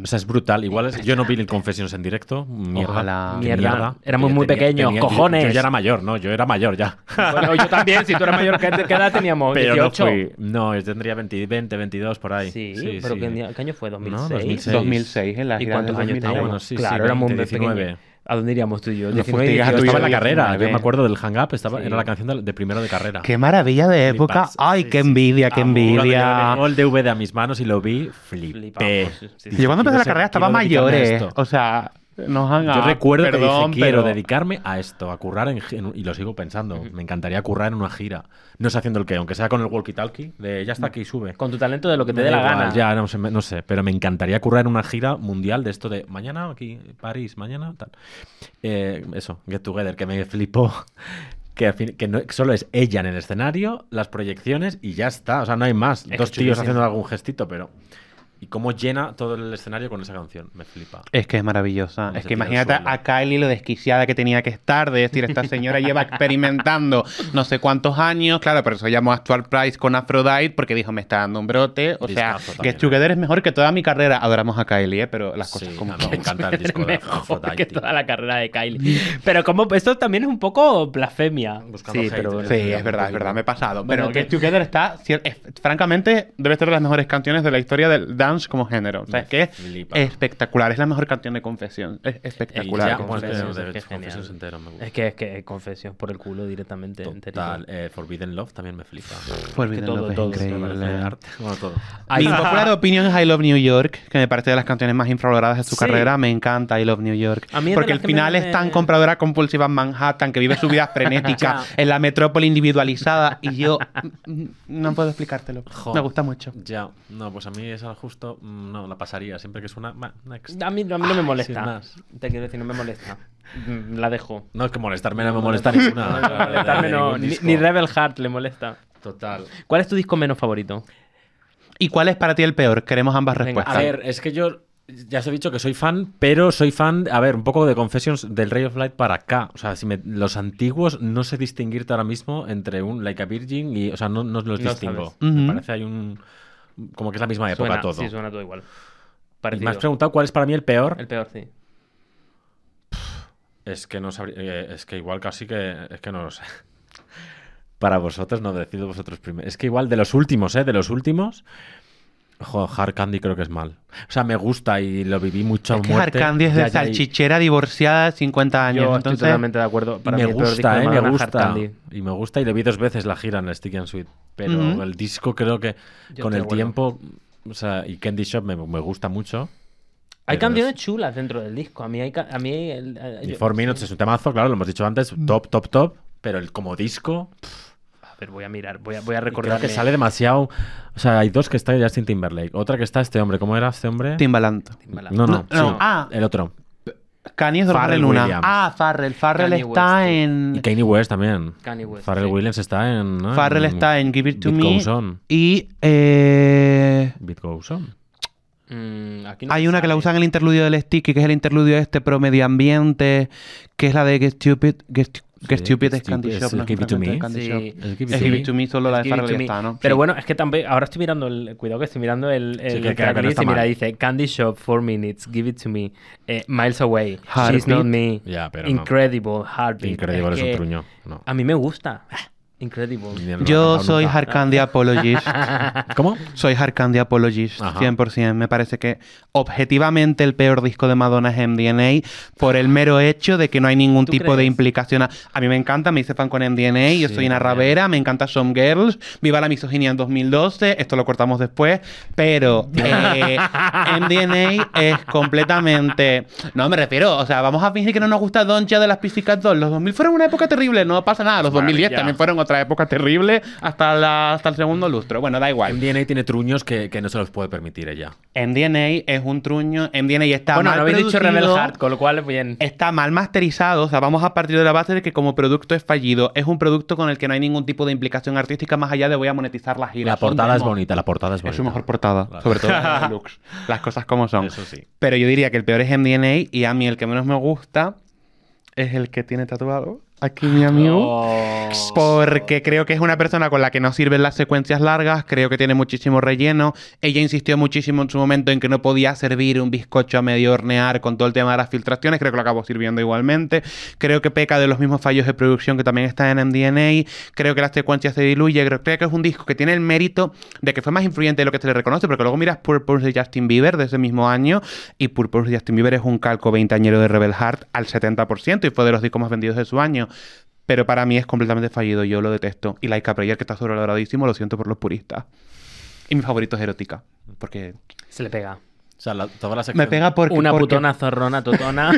o sea, es brutal. Igual es- yo no vi el Confessions en directo. Mierda.
Ojalá.
Qué
Mierda. Éramos
Yo
muy pequeños,
yo- Yo,
cojones.
ya era mayor, ¿no? Yo era mayor ya.
Bueno, yo también, si tú eras mayor, ¿qué qué edad teníamos?
Pero no
18.
fui. No, yo tendría 20, 20, 22 por ahí.
Sí, pero
sí.
¿qué, año- qué año fue? ¿2006?
2006.
2006, en la
¿Y
gira del
cuántos años
2006.
Ah,
teníamos?
bueno, sí,
claro,
sí,
éramos
20,
muy
19.
pequeños. ¿A dónde iríamos tú y yo?
Nos
19 y
fustigas a tu
18.
y
Estaba
yo
en la carrera. Yo
19.
me acuerdo del Hang Up. Estaba,
Sí.
Era la canción de, de primero de carrera.
Qué maravilla de época.
Flipas.
Ay,
Sí,
qué
sí.
envidia, qué
Amo. Ah, Cuando
envidia.
llegó el DVD a mis manos y lo vi, flipé. Eh,
Flipamos, sí, sí, sí.
Yo cuando empecé
Quiero
la
ser-
carrera estaba
quiero dedicarme a
mayores.
esto.
O sea, nos han
Yo
ah,
recuerdo
perdón,
que dije, quiero
pero-
dedicarme a esto, a currar en, gi- en un-", y lo sigo pensando. Me encantaría currar en una gira. No sé haciendo el qué, aunque sea con el walkie-talkie, de ya está aquí, sube.
Con tu talento de lo que te
Me
dé
da
la
igual,
gana.
Ya, no sé, me- no sé, pero me encantaría currar en una gira mundial de esto de mañana aquí, París, mañana, tal. Eh, eso, Get Together, que me flipó. Que, al fin- que no- que solo es ella en el escenario, las proyecciones y ya está. O sea, no hay más.
que es
Dos tíos
chulísimo.
haciendo algún gestito, pero. ¿Y cómo llena todo el escenario con esa canción? Me flipa.
Es que es maravillosa.
Vamos
es
a
que
tirar al
imagínate
suelo.
a Kylie lo desquiciada que tenía que estar, de decir, esta señora lleva experimentando no sé cuántos años. Claro, pero eso llamó a Stuart Price con Aphrodite porque dijo, me está dando un brote. O sea,
Discazo también, ¿eh?
Get Together es mejor que toda mi carrera. Adoramos a Kylie, ¿eh? pero las cosas
Sí,
como
a mí
son.
me encanta el disco de
Mejor que
Aphrodite.
toda la carrera de Kylie. Pero como esto también es un poco blasfemia.
Buscando hate,
pero
eh.
Sí, es verdad, es verdad, me he pasado. Pero
Bueno,
Get
te-
Together está, cier- es- francamente, debe ser de las mejores canciones de la historia del dance como género. O sea, es que es
flipa.
espectacular, es la mejor canción de confesión. Es
Ya,
espectacular.
Ya,
como es que
Confessions,
de-
es que es
Confessions
genial.
entero me gusta.
Es que es que confesión por el culo directamente.
Total,
enterito.
eh, Forbidden Love también me flipa.
Forbidden
todo-
Love es
todo se
Me parece
increíble.
arte. Bueno, todo.
Mi popular opinión es I Love New York, que me parece de las canciones más infravaloradas de su
Sí.
carrera. Me encanta I Love New York.
A mí es de
Porque
las
el
que
final
me-
es tan compradora compulsiva en Manhattan, que vive su vida frenética
Ya.
en la metrópoli individualizada. Y yo mm, mm, no puedo explicártelo.
Jo.
Me gusta mucho.
Ya, no, pues a mí esa justo mm, no la pasaría. Siempre que suena. ma, next.
A mí, a mí no me
sin
molesta.
más.
Te quiero decir, no me molesta. Mm, La dejo.
No es que molestarme, no me molesta ninguna.
No, no, molestarme no.
ningún
Ni,
disco.
ni Rebel Heart le molesta.
Total.
¿Cuál es tu disco menos favorito?
¿Y cuál es para ti el peor? Queremos ambas
Venga,
A
respuestas.
ver, es que yo ya os he dicho que soy fan, pero soy fan, a ver, un poco de Confessions del Ray of Light para acá. O sea, si me- los antiguos no sé distinguirte ahora mismo entre un Like a Virgin y, o sea, no, no los
No
distingo.
sabes.
Ujú.
Me parece hay un como que es la misma época
Suena,
todo.
Sí, suena todo igual.
y me
Parecido.
has preguntado cuál es para mí el peor.
El peor, sí.
Es que no sabría, eh, es que igual casi que es que no lo sé. Para vosotros no decido vosotros primero. Es que igual de los últimos, eh, de los últimos. Jo, Hard Candy creo que es mal. O sea, me gusta y lo viví mucho a
es que
muerte.
Arcandy es de
Ya, ya, y-
salchichera divorciada de 50 años.
Yo estoy
entonces,
totalmente de acuerdo.
Y
Para
me
mí el peor disco
gusta,
de
eh, me
Madonna es Hard
gusta.
Candy.
Y me gusta y le vi dos veces la gira en el Stick and Sweet. Pero
Ujú.
el disco creo que
Yo
con
estoy de
el
acuerdo.
tiempo. O sea, y Candy Shop me, me gusta mucho.
Hay
Pero
canciones chulas dentro del disco. A mí hay... ca- A mí el- el-
Y
yo- Mm.
Four Minutes es un temazo, claro, lo hemos dicho antes. Top, top, top. Pero el como disco.
A ver, voy a mirar, voy a, voy a
Y creo
recordar.
que sale demasiado. O sea, hay dos que está Justin Timberlake. Otra que está este hombre. ¿Cómo era este hombre?
Timbaland.
No, no.
No,
sí,
no. Ah.
El otro.
Kanye es
Pharrell
Farrell Luna.
Williams.
Ah, Farrell. Farrell
Kanye
está
West, sí.
Y
en.
Kanye West también.
Kanye West,
Pharrell
sí.
Williams está en. ¿no?
Farrell está en Give It To
Beat
Me.
Goes On.
Y. eh,
Beat Goes On.
Mm, aquí no
Hay
me
una que la
sale.
usan en el interludio del Sticky, que es el interludio este pro medio ambiente, que es la de Get Stupid. Get, Stu- Get
Sí,
Stupid es
Stupid,
Candy
es
Shop.
el
¿no?
Give It To Me.
Es Candy
Sí.
Shop.
Es Give It
Es
To
Give
Me.
It To Me, solo la de
Give it
Farrell
to
ya
me.
está, ¿no?
Pero
Sí.
bueno, es que también. Ahora estoy mirando el. Cuidado que estoy mirando el. el
Sí, que- que
track
no
list
está
y mira,
mal.
dice Candy Shop, Four Minutes, Give It to Me, eh, Miles Away, She's
Heartbeat.
Not Me,
Ya, pero no.
Incredible, Heartbeat.
Increíble es,
que
un truño. No.
A mí me gusta. Ah, Incredible.
Ni él no lo ha
Yo
cantado
soy
nunca.
hard candy apologist.
¿Cómo?
Soy hard candy apologist,
Ajá.
100%. Me parece que objetivamente el peor disco de Madonna es MDNA por el mero hecho de que no hay ningún
¿Tú
tipo de
crees?
implicación. A, a mí me encanta, me hice fan con MDNA, yo
Sí,
soy una
también.
rabera, me encanta Some Girls, viva la misoginia en 2012, esto lo cortamos después, pero eh, MDNA es completamente... No, me refiero, o sea, vamos a fingir que no nos gusta Doncha de las Piscicas 2. Los 2000 fueron una época terrible, no pasa nada, los 2010
Maravilla.
también fueron otra época terrible hasta, la- hasta el segundo lustro. Bueno, da igual.
MDNA tiene truños que, que no se los puede permitir ella.
MDNA es un truño. MDNA está
bueno,
mal
no habéis dicho
producido, Eh,
Rebel Heart, con lo cual, bien.
Está mal masterizado. O sea, vamos a partir de la base de que como producto es fallido. Es un producto con el que no hay ningún tipo de implicación artística más allá de voy a monetizar la gira.
la Oh.
Son
portada es
demos.
bonita, la portada es
Es
bonita.
su mejor portada.
Vale.
Sobre todo la de Lux. Las cosas como son.
Eso sí.
Pero yo diría que el peor es MDNA y a mí el que menos me gusta es el que tiene tatuado aquí
Ah,
mi amigo.
oh,
Porque creo que es una persona con la que no sirven las secuencias largas, creo que tiene muchísimo relleno. Ella insistió muchísimo en su momento en que no podía servir un bizcocho a medio hornear con todo el tema de las filtraciones, creo que lo acabó sirviendo igualmente. Creo que peca de los mismos fallos de producción que también está en MDNA, creo que la secuencia se diluye, creo, creo que es un disco que tiene el mérito de que fue más influyente de lo que se le reconoce, porque luego miras Purpose de Justin Bieber de ese mismo año y Purpose de Justin Bieber es un calco veinteañero de Rebel Heart al 70% y fue de los discos más vendidos de su año. Pero para mí es completamente fallido, yo lo detesto. Y Laika Prayer, que está sobrevaloradísimo, lo siento por los puristas. Y mi favorito es Erótica. Porque
Se le pega.
O sea, la- toda la sección...
me pega porque.
Una
porque-
putona zorrona, totona.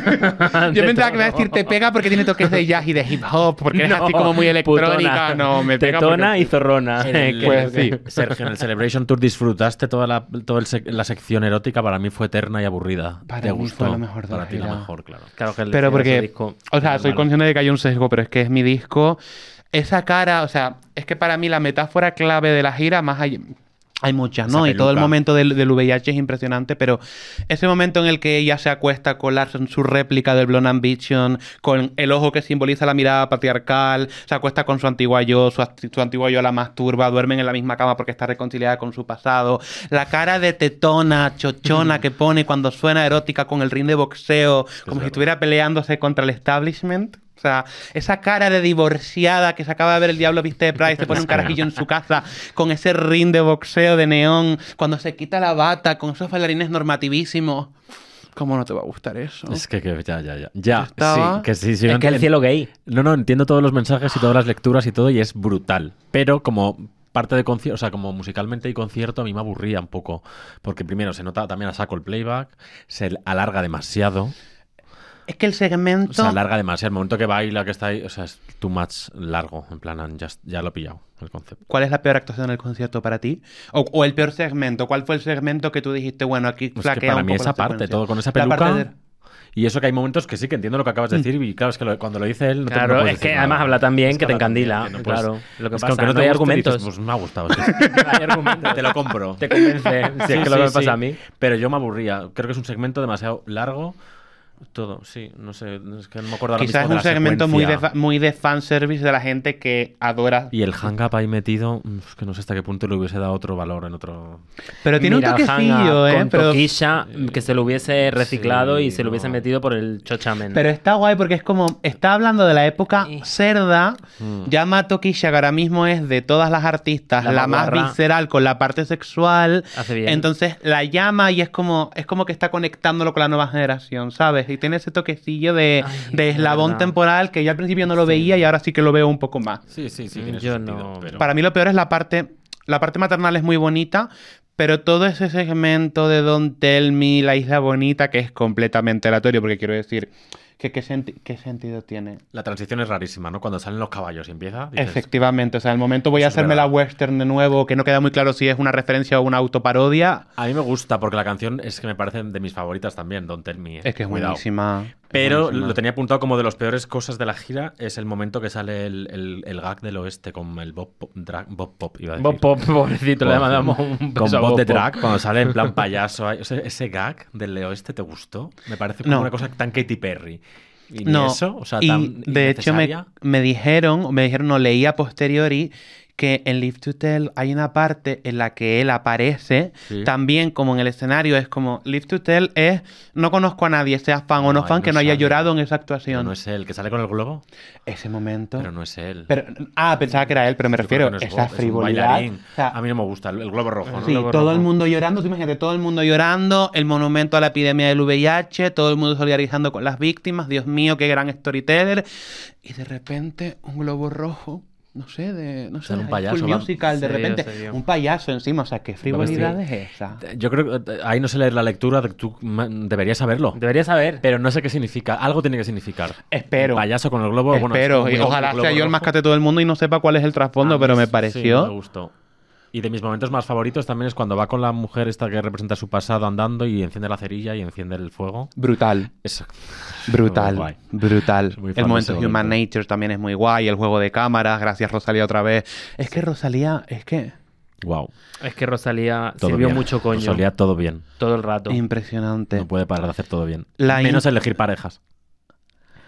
Yo pensaba que me iba a decir te pega porque tiene toques de jazz y de hip hop, porque es así como muy electrónica. No, me pega.
Tetona
porque-
y zorrona.
En el-
Que-
Pues sí.
Sergio, en el Celebration Tour disfrutaste toda la, toda el sec- la sección erótica. Para mí fue eterna y aburrida.
Para
Te
mí
gustó.
fue lo mejor de
Para
la
ti la
gira.
mejor, claro.
Claro que el
Pero
de ese
porque.
disco
O sea,
es
soy
malo.
consciente de que hay un sesgo, pero es que es mi disco. Esa cara, o sea, es que para mí la metáfora clave de la gira, más hay, hay muchas,
Esa
¿no? Y todo el
peluca.
momento del, del VIH es impresionante, pero ese momento en el que ella se acuesta a colar en su réplica del Blonde Ambition, con el ojo que simboliza la mirada patriarcal, se acuesta con su antigua yo, su, ast- su antigua yo la masturba, duermen en la misma cama porque está reconciliada con su pasado. La cara de tetona, chochona que pone cuando suena erótica con el ring de boxeo, como si
verdad.
estuviera peleándose contra el establishment. O sea, esa cara de divorciada que se acaba de ver el diablo viste de Price, se pone un carajillo en su casa con ese ring de boxeo de neón, cuando se quita la bata, con esos bailarines normativísimos. ¿Cómo no te va a gustar eso?
Es que, que ya, ya, ya. Ya,
Estaba-
sí, que sí, sí.
Es
no
que el cielo
entiendo.
gay.
No, no, entiendo todos los mensajes y todas las lecturas y todo, y es brutal. Pero como parte de concierto, o sea, como musicalmente y concierto, a mí me aburría un poco. Porque primero se nota también a saco el playback, se alarga demasiado.
Es que el segmento...
O sea, alarga demasiado. El momento que baila, que está ahí, o sea, es too much largo. En plan, ya, ya lo he pillado, el concepto.
¿Cuál es la peor actuación del concierto para ti? O, o el peor segmento. ¿Cuál fue el segmento que tú dijiste, bueno, aquí
Es que
flaquea
para
un
mí
poco la
esa parte,
secuencia?
todo con esa
La parte
peluca.
de-
Y eso que hay momentos que sí que entiendo lo que acabas de decir, y claro, es que lo- cuando lo dice él, no te- no
Claro,
puedes
es que
decir nada.
además habla también
Es
que te
habla también,
encandila.
que no puedes-
claro, lo que
Es
pasa
aunque no te
hay
guste, dices,
argumentos.
pues me ha gustado. sí.
hay argumentos.
Te lo compro.
Te convence. si es
Sí,
que lo que
sí,
me pasa
sí.
a mí.
Pero yo me aburría. Creo que es un segmento demasiado largo. Todo, sí. No sé, es que no me acuerdo ahora
Quizás es
mismo de
un
la
segmento muy de,
secuencia.
fa- muy de fanservice de la gente que adora.
Y el hang-up ahí metido, mm, es que no sé hasta qué punto le hubiese dado otro valor en otro...
Pero tiene
Mira,
un
Hanga
toquecillo, ¿eh?
Con
Pero,
toquilla que se lo hubiese reciclado
Sí,
y se lo hubiese
no.
metido por el chochamen.
pero está guay porque es como. Está hablando de la época
Mm. Sí. Mm.
cerda. Llama Toquilla, que ahora mismo es de todas las artistas,
La
la,
más
más
guarra.
visceral con la parte sexual.
Hace bien.
Entonces la llama y es como, es como que está conectándolo con la nueva generación, ¿sabes? Y tiene ese toquecillo de,
Ay,
de
es
eslabón
verdad.
temporal que yo al principio no lo veía y ahora sí que lo veo un poco más.
Sí, sí, sí.
Mm,
Tiene
yo
su sentido,
no.
pero-
Para mí lo peor es la parte, la parte maternal es muy bonita, pero todo ese segmento de Don't Tell Me, la isla bonita, que es completamente aleatorio, porque quiero decir que qué, senti- qué sentido tiene.
La transición es rarísima, ¿no? Cuando salen los caballos y empieza. dices,
Efectivamente, o sea, al momento voy a
Eso es
hacerme
verdad.
la western de nuevo, que no queda muy claro si es una referencia o una autoparodia.
A mí me gusta porque la canción es que me parece de mis favoritas también, Don't Tell Me. eh.
Es que es
Cuidado.
buenísima. es
Pero
buenísima.
lo tenía apuntado como de las peores cosas de la gira es el momento que sale el, el- el gag del oeste con el Bob Pop, drag- Bob Pop iba a decir.
Bob Pop, pobrecito, le mandamos un
con
beso a
Bob
Bob
de
Pop.
drag cuando sale en plan payaso. ahí. O sea, ese gag del oeste te gustó. Me parece como
No.
una cosa tan Katy Perry. Y ni
No,
eso, o sea,
y
tan
de hecho me,
innecesaria.
me dijeron, me dijeron, no leí a posteriori que en Live to Tell hay una parte en la que él aparece,
Sí.
también como en el escenario, es como Live to Tell es, no conozco a nadie, seas fan o
No,
no
ahí
fan,
no
que no haya
sale.
llorado en esa
Pero
actuación.
no es él, que sale con el globo,
Ese momento...
pero no es él.
Pero- ah, pensaba que era él, pero me
Yo creo
refiero
que no es
esa
Bob, es un
frivolidad.
bailarín.
o sea,
a mí no me gusta, el, el globo rojo. ¿no?
Sí,
Globo
todo el
rojo.
mundo llorando, tú imagínate, todo el mundo llorando, el monumento a la epidemia del VIH, todo el mundo solidarizando con las víctimas, Dios mío, qué gran storyteller. Y de repente, un globo rojo, no sé, de, no sé,
Sale un
High
payaso,
School
va-
musical, de
Sí,
repente,
o sea, yo-
un payaso encima, o sea, qué frivolidad es esa.
Yo creo que eh, ahí no sé leer la lectura, tú ma- deberías saberlo.
Deberías saber.
Pero no sé qué significa, algo tiene que significar.
Espero.
El payaso con el globo. bueno,
Espero,
es un
y
globo-
ojalá
un globo
sea yo el
rojo.
más cate de todo el mundo y no sepa cuál es el
A
trasfondo,
mí
pero me
sí, me
pareció.
gustó. Y de mis momentos más favoritos también es cuando va con la mujer esta que representa su pasado andando y enciende la cerilla y enciende el fuego.
Brutal,
Es- Muy
brutal,
guay.
brutal.
Soy muy fan
El
de
momento
ese
de Human
momento.
Nature también es muy guay, el juego de cámaras, gracias Rosalía otra vez. Es que Rosalía, es que
Wow.
Es que Rosalía
Todo
sirvió
bien.
mucho coño.
Solía todo bien.
Todo el rato.
impresionante.
No puede parar de hacer todo bien.
La
Menos
in-
elegir parejas.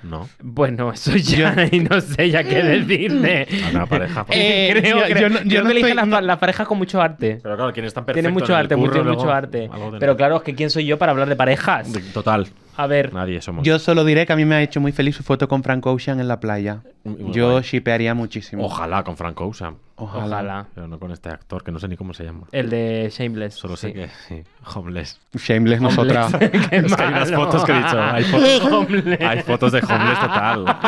No.
Bueno, eso ya y no sé ya qué decirte.
Habrá pareja.
Eh,
creo
yo-
que,
yo no- yo
creo
no
que eligen
estoy-
las, las parejas con mucho arte.
Pero claro, quien es tan perfecto.
Tiene mucho
en el
arte,
curro,
tiene
luego
mucho arte.
algo tendrá.
Pero claro, es que quién soy yo para hablar de parejas.
Total.
A ver,
Nadie somos.
Yo solo diré que a mí me ha hecho muy feliz su foto con Frank Ocean en la playa.
Muy- muy
Yo
guay.
shipearía muchísimo.
Ojalá con Frank Ocean.
Ojalá.
ojalá.
Pero no con este actor, que no sé ni cómo se llama.
El de Shameless.
Solo sé
sí.
que sí, homeless.
Shameless nosotras.
Qué
Es que hay unas
malo.
fotos que he dicho. Hay fotos, hay fotos de homeless total.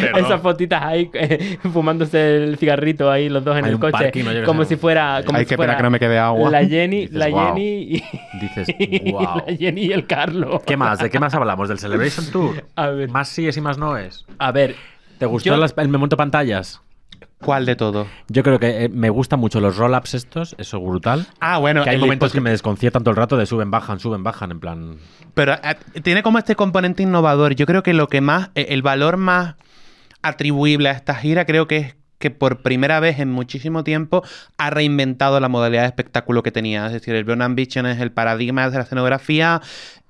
Pero
Esas fotitas ahí eh, fumándose el cigarrito ahí los dos en
Hay
el
un
coche.
parking, ¿no? Yo qué
como
sé.
si fuera. Como
Hay
si
que esperar
fuera
que no me quede agua.
La Jenny,
Dices,
la
"Guau".
Jenny y,
Dices,
y
wow.
la Jenny y el Carlos.
¿Qué más? ¿De qué más hablamos? ¿Del Celebration Tour?
A ver.
Más sí es y más no es.
A ver,
¿Te gustó
Yo-
las- el momento pantallas?
¿Cuál de todos?
Yo creo que eh, me gustan mucho los roll-ups estos, eso es brutal.
Ah, bueno,
Que hay
el
momentos
disposi-
que me desconciertan todo el rato de suben, bajan, suben, bajan, en plan...
Pero eh, tiene como este componente innovador. Yo creo que lo que más, eh, el valor más atribuible a esta gira creo que es que por primera vez en muchísimo tiempo ha reinventado la modalidad de espectáculo que tenía. Es decir, el Beyond Ambition es el paradigma de la escenografía,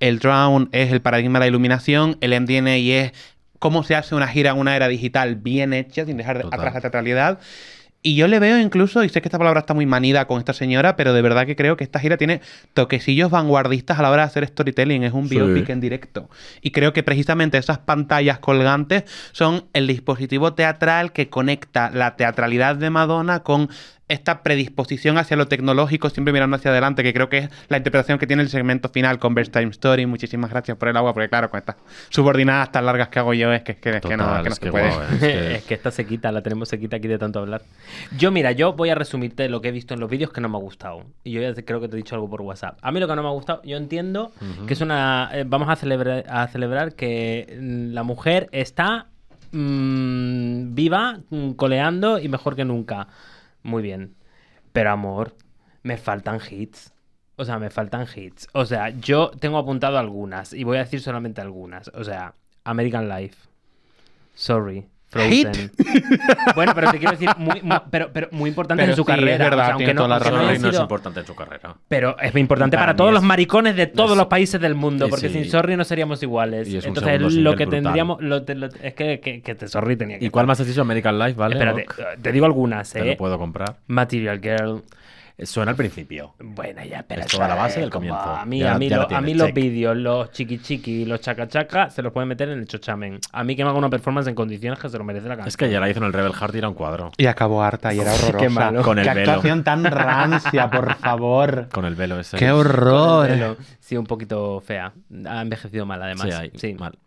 el Drown es el paradigma de la iluminación, el MDNA es cómo se hace una gira en una era digital bien hecha, sin dejar
Total.
atrás la teatralidad. Y yo le veo incluso, y sé que esta palabra está muy manida con esta señora, pero de verdad que creo que esta gira tiene toquecillos vanguardistas a la hora de hacer storytelling. Es un
Sí.
biopic en directo. Y creo que precisamente esas pantallas colgantes son el dispositivo teatral que conecta la teatralidad de Madonna con esta predisposición hacia lo tecnológico, siempre mirando hacia adelante, que creo que es la interpretación que tiene el segmento final con Best Time Story. Muchísimas gracias por el agua, porque claro, con estas subordinadas tan largas que hago yo, es que, es que, es que no, es
Total,
que no
es
se
que
puede.
guau, eh, es que-
es que esta sequita, la tenemos sequita aquí de tanto hablar. Yo, mira, yo voy a resumirte lo que he visto en los vídeos que no me ha gustado. Y yo ya te- creo que te he dicho algo por WhatsApp. A mí lo que no me ha gustado, yo entiendo que es una. eh, vamos a celebrar, a celebrar que mm, la mujer está mm, viva, mm, coleando y mejor que nunca. Muy bien. Pero amor, me faltan hits. O sea, me faltan hits. O sea, yo tengo apuntado algunas y voy a decir solamente algunas. O sea, American Life. Sorry. Frozen. bueno, pero te quiero decir, muy, muy- pero, pero muy importante
Pero
en su
sí, es
carrera.
verdad,
o sea,
tiene
aunque
toda
no,
la
aunque no
razón.
haya
Sorry no es
sido-
importante en su carrera.
pero es importante para,
Para
todos
mí
los
es-
maricones de todos
es-
los países del mundo,
Sí,
porque
sí.
sin Sorry no seríamos iguales.
Y es un
Entonces,
segundo
lo
single
que
brutal.
tendríamos. lo te- lo- es que, que, que te Sorry tenía que.
¿Y cuál más has dicho? American Life, ¿vale?
Espérate,
Ok.
eh, te digo algunas,
Te
¿eh?
lo puedo comprar.
Material Girl.
Eh, Suena al principio.
Bueno, ya, pero.
Es toda
eso
la base
es
del
como-
comienzo.
A mí,
Ya-
a mí,
ya la
lo- a
tienes,
mí los
check.
vídeos, los chiqui chiqui, los chaca chaca, se los pueden meter en el chochamen. A mí que me haga una performance en condiciones que se lo merece la canción.
Es que ya la hizo en el Rebel Heart y era un cuadro.
Y acabó harta y era horrorosa.
Qué malo.
Con el
Qué
velo.
actuación tan rancia, por favor.
Con el velo ese.
Qué
Pero,
horror.
sí, un poquito fea. Ha envejecido mal, además.
Sí,
Sí,
ahí, mal.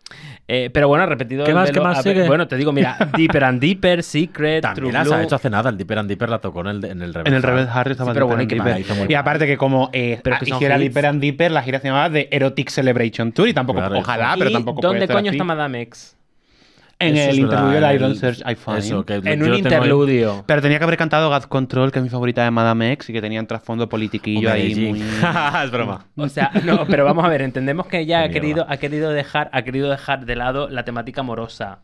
Eh, pero bueno, ha repetido.
¿Qué
el
más, qué
velo.
más
A ver,
sigue?
Bueno, te digo, mira, Deeper and Deeper, Secret,
También
True
las
Blue.
ha hecho hace nada. El Dipper and Dipper la tocó en el, en el Rebel
En el Rebel
Heart.
Harry
Sí,
estaba
pero
pero bueno, hay que
Dipper and
ver.
Dipper hizo muy
Y aparte que como eh,
Pero que son
hiciera
hits.
Dipper and Dipper, la gira se llamaba The Erotic Celebration Tour y tampoco,
Claro.
ojalá, pero
¿Y
tampoco puede
¿Dónde
ser
coño
así.
está Madame X?
En
Eso
el
es
interludio
verdad,
de
el-
Iron Search I Find.
Eso, que
En
yo
un
lo tengo ahí.
interludio.
Pero tenía que haber cantado Gaz Control, que es mi favorita de Madame X y que tenía un trasfondo
Hombre,
politiquillo ahí
Jin.
muy...
es broma.
O sea, no, pero vamos a ver, entendemos que ella
Qué
ha
mierda.
querido, ha querido dejar, ha querido dejar de lado la temática amorosa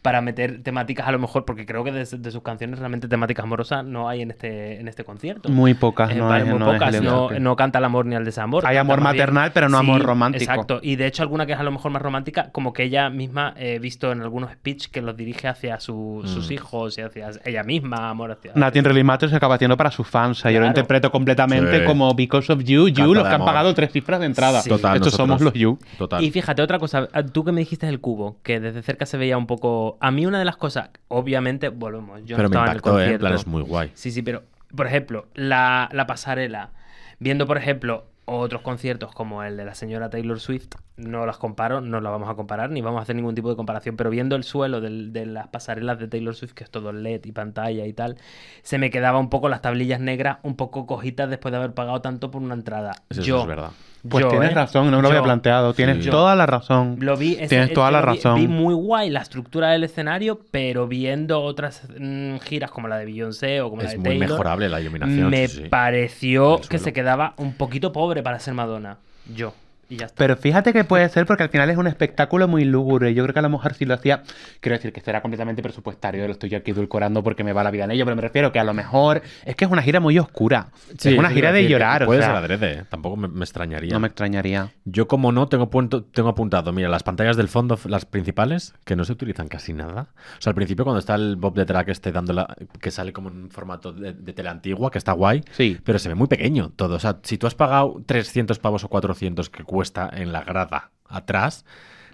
para meter temáticas a lo mejor, porque creo que de, de sus canciones realmente temáticas amorosas no hay en este, en este concierto.
Muy pocas,
Eh,
no,
vale,
es-
muy
no es
pocas,
el
no,
enfoque.
no canta el amor ni el desamor.
Hay
canta
amor
más bien-
maternal, pero no amor romántico.
Exacto, y de hecho alguna que es a lo mejor más romántica, como que ella misma eh, he visto en algunos speech que los dirige hacia su- sus
Mm.
hijos y hacia ella misma, amor hacia...
Nothing Really Matters se acaba haciendo para sus fans. O sea, Yo lo
Claro.
interpreto completamente
Sí.
como Because of You,
Carta
You, los que
de
han
amor.
pagado tres cifras de entrada.
Sí.
Total,
Estos
nosotros.
somos los You.
Total.
Y fíjate, otra cosa, ah, tú que me dijiste el cubo, que desde cerca se veía un poco... A mí una de las cosas, obviamente, volvemos, yo no
pero me
estaba
impactó,
en
¿eh?
el
En plan, es
concierto.
muy guay.
Sí, sí, pero, por ejemplo, la, la pasarela, viendo, por ejemplo, otros conciertos como el de la señora Taylor Swift, no las comparo, no las vamos a comparar, ni vamos a hacer ningún tipo de comparación, pero viendo el suelo del- de las pasarelas de Taylor Swift, que es todo LED y pantalla y tal, se me quedaba un poco las tablillas negras, un poco cojitas después de haber pagado tanto por una entrada.
Eso
yo,
es verdad.
Pues
yo,
tienes
¿eh?
razón, no me lo había
Yo.
planteado. Tienes
Yo.
toda la razón.
Lo vi, ese-
Tienes
eh,
toda
yo
la
vi-
razón.
Vi muy guay la estructura del escenario, pero viendo otras mm, giras como la de Beyoncé o como la
Es
de
muy
Taylor,
mejorable la iluminación.
me
sí, sí.
pareció
El
que
suelo.
se quedaba un poquito pobre para ser Madonna. Yo. Y ya está.
Pero fíjate que puede ser porque al final es un espectáculo muy lúgubre. Yo creo que a la mujer si lo hacía, quiero decir que será completamente presupuestario, lo estoy yo aquí edulcorando porque me va la vida en ello, pero me refiero que a lo mejor es que es una gira muy oscura.
Sí,
es una
eso
gira
iba a
de
decir, que
llorar, o
Puede
sea,
ser adrede, ¿eh? tampoco me, me extrañaría.
no me extrañaría.
Yo, como no, tengo, punto- tengo apuntado, mira, las pantallas del fondo, las principales, que no se utilizan casi nada. O sea, al principio cuando está el Bob de Track este dando la- que sale como en un formato de, de tela antigua, que está guay,
Sí.
pero se ve muy pequeño todo. O sea, si tú has pagado 300 pavos o 400 que cuesta en la grada atrás,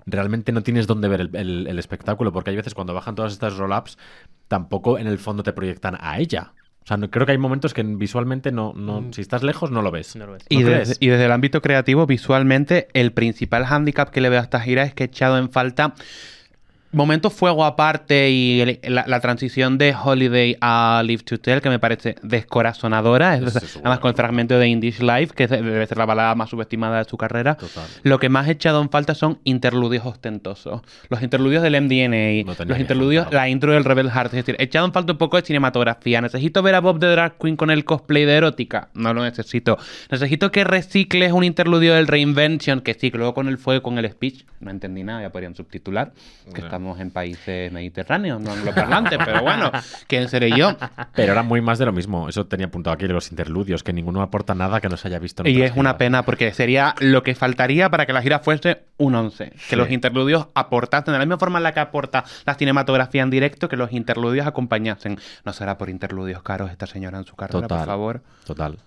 realmente no tienes dónde ver el, el- el espectáculo, porque hay veces cuando bajan todas estas roll-ups, tampoco en el fondo te proyectan a ella. O sea, no- creo que hay momentos que visualmente no, no si estás lejos no lo ves.
No lo ves.
Y,
¿No
desde,
crees?
y desde el ámbito creativo, visualmente, el principal hándicap que le veo a esta gira es que he echado en falta momentos fuego aparte y el- la, la transición de Holiday a Live to Tell, que me parece descorazonadora. Es-
Eso seguro.
además, con el fragmento de Indish Life, que es- debe ser la balada más subestimada de su carrera.
Total.
Lo que más he echado en falta son interludios ostentosos. Los interludios del MDNA,
No tenía
los
ni
interludios,
ejemplo.
la intro del Rebel Heart. Es decir, he echado en falta un poco de cinematografía. Necesito ver a Bob the Drag Queen con el cosplay de erótica. No lo necesito. Necesito que recicles un interludio del Reinvention, que sí, que luego con el fuego, con el speech. No entendí nada, ya podrían subtitular. Que
Ya.
estamos en países mediterráneos, no angloparlantes, pero bueno, ¿quién seré yo?
Pero era muy más de lo mismo. Eso tenía apuntado aquí de los interludios, que ninguno aporta nada que no se haya visto. en
Y
otras
es una
giras.
pena porque sería lo que faltaría para que la gira fuese un 11. Que
Sí.
los interludios aportasen, de la misma forma en la que aporta la cinematografía en directo, que los interludios acompañasen. No será por interludios caros esta señora en su carrera,
Total.
por favor.
Total.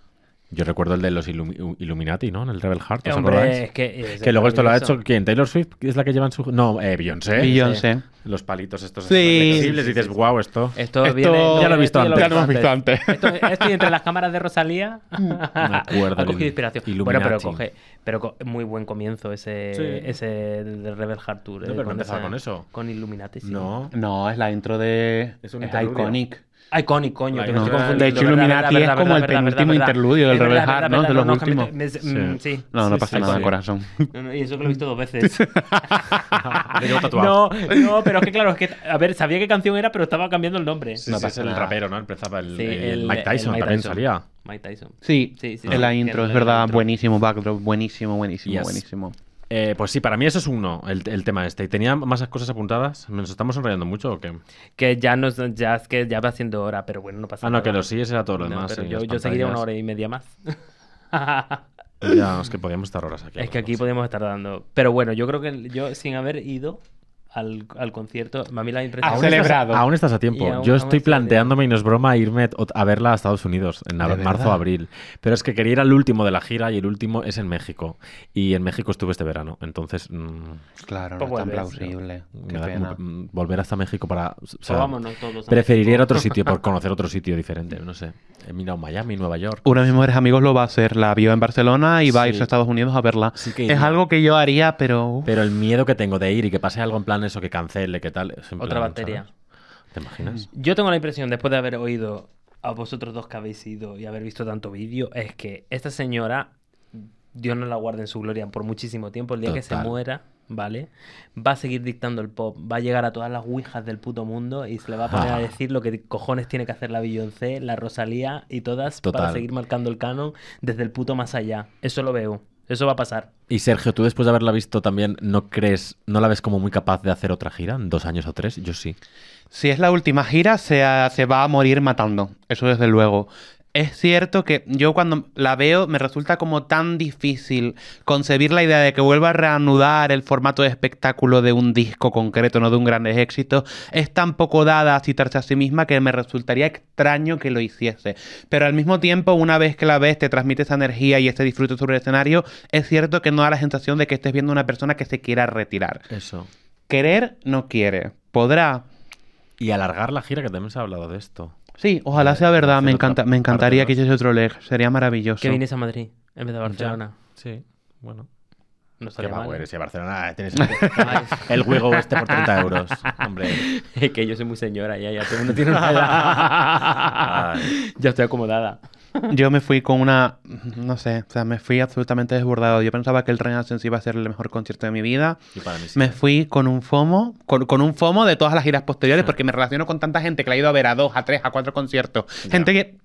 Yo recuerdo el de los Illumi- Illuminati, ¿no? En el Rebel Heart,
Eh,
¿os
hombre,
acordáis?
es que, es
Que luego esto lo ha hecho
maravilloso.
quien Taylor Swift que es la que llevan su no eh, Beyoncé
Beyoncé.
los palitos estos
Sí.
Sí,
flexibles
sí,
dices
sí. Eh,
wow esto
Esto,
Esto-
viene,
Ya lo he visto
esto
antes.
Ya lo hemos visto antes.
Esto, esto y entre las cámaras de Rosalía
acuerdo
ha
del
cogido inspiración. Bueno, pero
Illuminati.
coge, pero co- muy buen comienzo ese,
Sí.
ese del Rebel Heart Tour.
No,
eh,
pero no
con
empezaba
esa-
con eso.
Con Illuminati, sí.
no
No, es la intro de. Es,
Es un interludio.
iconic.
Ay, Connie, Ah, coño, que me estoy
No, de
confundiendo.
hecho,
Verdad,
Illuminati
verdad,
es como
verdad,
el
verdad,
penúltimo
verdad.
interludio del
Es
Rebel
verdad,
Heart,
verdad,
¿no? De los
no, que me-
últimos.
me- mm, sí.
No, no
Sí,
pasa
sí,
nada,
sí.
corazón.
No, no, y eso que lo he visto dos veces.
Le llevo tatuado
no, no, pero es que claro, es que, a ver, sabía qué canción era, pero estaba cambiando el nombre.
Sí,
No
sí, es
pasa
el
nada.
rapero no empezaba el,
Sí,
el
el-
Mike
el
Tyson
Mike
también
Tyson.
salía
Mike Tyson.
Sí,
Sí, sí,
es la
sí,
intro,
tiene
es
la
verdad.
intro.
Buenísimo, backdrop, buenísimo, buenísimo,
Yes.
buenísimo.
Eh, pues sí para mí eso es uno el, el tema este y tenía más cosas apuntadas nos estamos enrollando mucho o qué
Que ya nos, ya es que ya va siendo hora, pero bueno, no pasa
ah
nada.
no que los sí era todo lo
No,
demás
pero
sí,
yo,
las
yo seguiría una hora
pantallas.
y media más.
ya es que podíamos estar horas aquí
es que
hablando,
aquí
sí.
podemos estar dando. Pero bueno, yo creo que el- yo sin haber ido al, al concierto, a mí la impresión.
Ah,
Aún
celebra-
estás-
celebrado.
aún estás a
Y
tiempo.
aún-
Yo
aún
estoy
estás a
planteándome, y no es broma, irme ot- a verla a Estados Unidos en
¿De
marzo o
verdad?
abril. Pero es que quería ir al último de la gira y el último es en México. Y en México estuve este verano. Entonces, mm,
Claro, no
Pues
es tan
vuelves, ¿no?
plausible.
me
Qué
da como
pena.
que, mm, volver hasta México para. o sea,
Pues vámonos todos. a
preferiría ir
México.
a otro sitio por conocer otro sitio diferente. No sé. He mirado Miami, Nueva York.
Uno de mis mejores amigos lo va a hacer. La vio en Barcelona y va a
Sí.
irse a Estados Unidos a verla.
Sí que
es
iría.
algo que yo haría, pero...
Pero el miedo que tengo de ir y que pase algo en plan eso, que cancele, que tal. es en
Otra
plan,
batería. Mm.
¿sabes? ¿Te imaginas?
Yo tengo la impresión, después de haber oído a vosotros dos que habéis ido y haber visto tanto vídeo es que esta señora, Dios no la guarde en su gloria por muchísimo tiempo, el día que se
Total.
muera, ¿vale? Va a seguir dictando el pop, va a llegar a todas las ouijas del puto mundo y se le va a
Ah.
poner a decir lo que cojones tiene que hacer la Beyoncé, la Rosalía y todas para
Total.
seguir marcando el canon desde el puto más allá. Eso lo veo, eso va a pasar.
Y Sergio, tú después de haberla visto también, ¿no crees, no la ves como muy capaz de hacer otra gira en dos años o tres? Yo sí.
Si es la última gira, se, ha- se va a morir matando. Eso desde luego. Es cierto que yo cuando la veo me resulta como tan difícil concebir la idea de que vuelva a reanudar el formato de espectáculo de un disco concreto, no de un gran éxito. Es tan poco dada a citarse a sí misma que me resultaría extraño que lo hiciese. Pero al mismo tiempo, una vez que la ves, te transmite esa energía y ese disfrute sobre el escenario. Es cierto que no da la sensación de que estés viendo una persona que se quiera retirar.
Eso.
Querer no quiere. Podrá,
Y alargar la gira, que también se ha hablado de esto.
Sí, ojalá sea verdad,
hacer
me
Eh, otra
encanta, me
parte
encantaría
más.
que hiciese otro leg, sería maravilloso.
Que viniese a Madrid en vez de a Barcelona.
Sí, bueno.
No
Qué
estaría mal,
va,
¿eh?
eres si a Barcelona tienes
Ay,
el juego este por 30 euros. Hombre.
Es que yo soy muy señora, ya, ya todo el mundo tiene una edad. ya estoy acomodada.
Yo me fui con una, no sé, o sea, me fui absolutamente desbordado. Yo pensaba que el Renaissance iba a ser el mejor concierto de mi vida.
Y para mí sí.
Me fui con un FOMO, con, con un FOMO de todas las giras posteriores, porque me relaciono con tanta gente que la ha ido a ver a dos, a tres, a cuatro conciertos. Gente que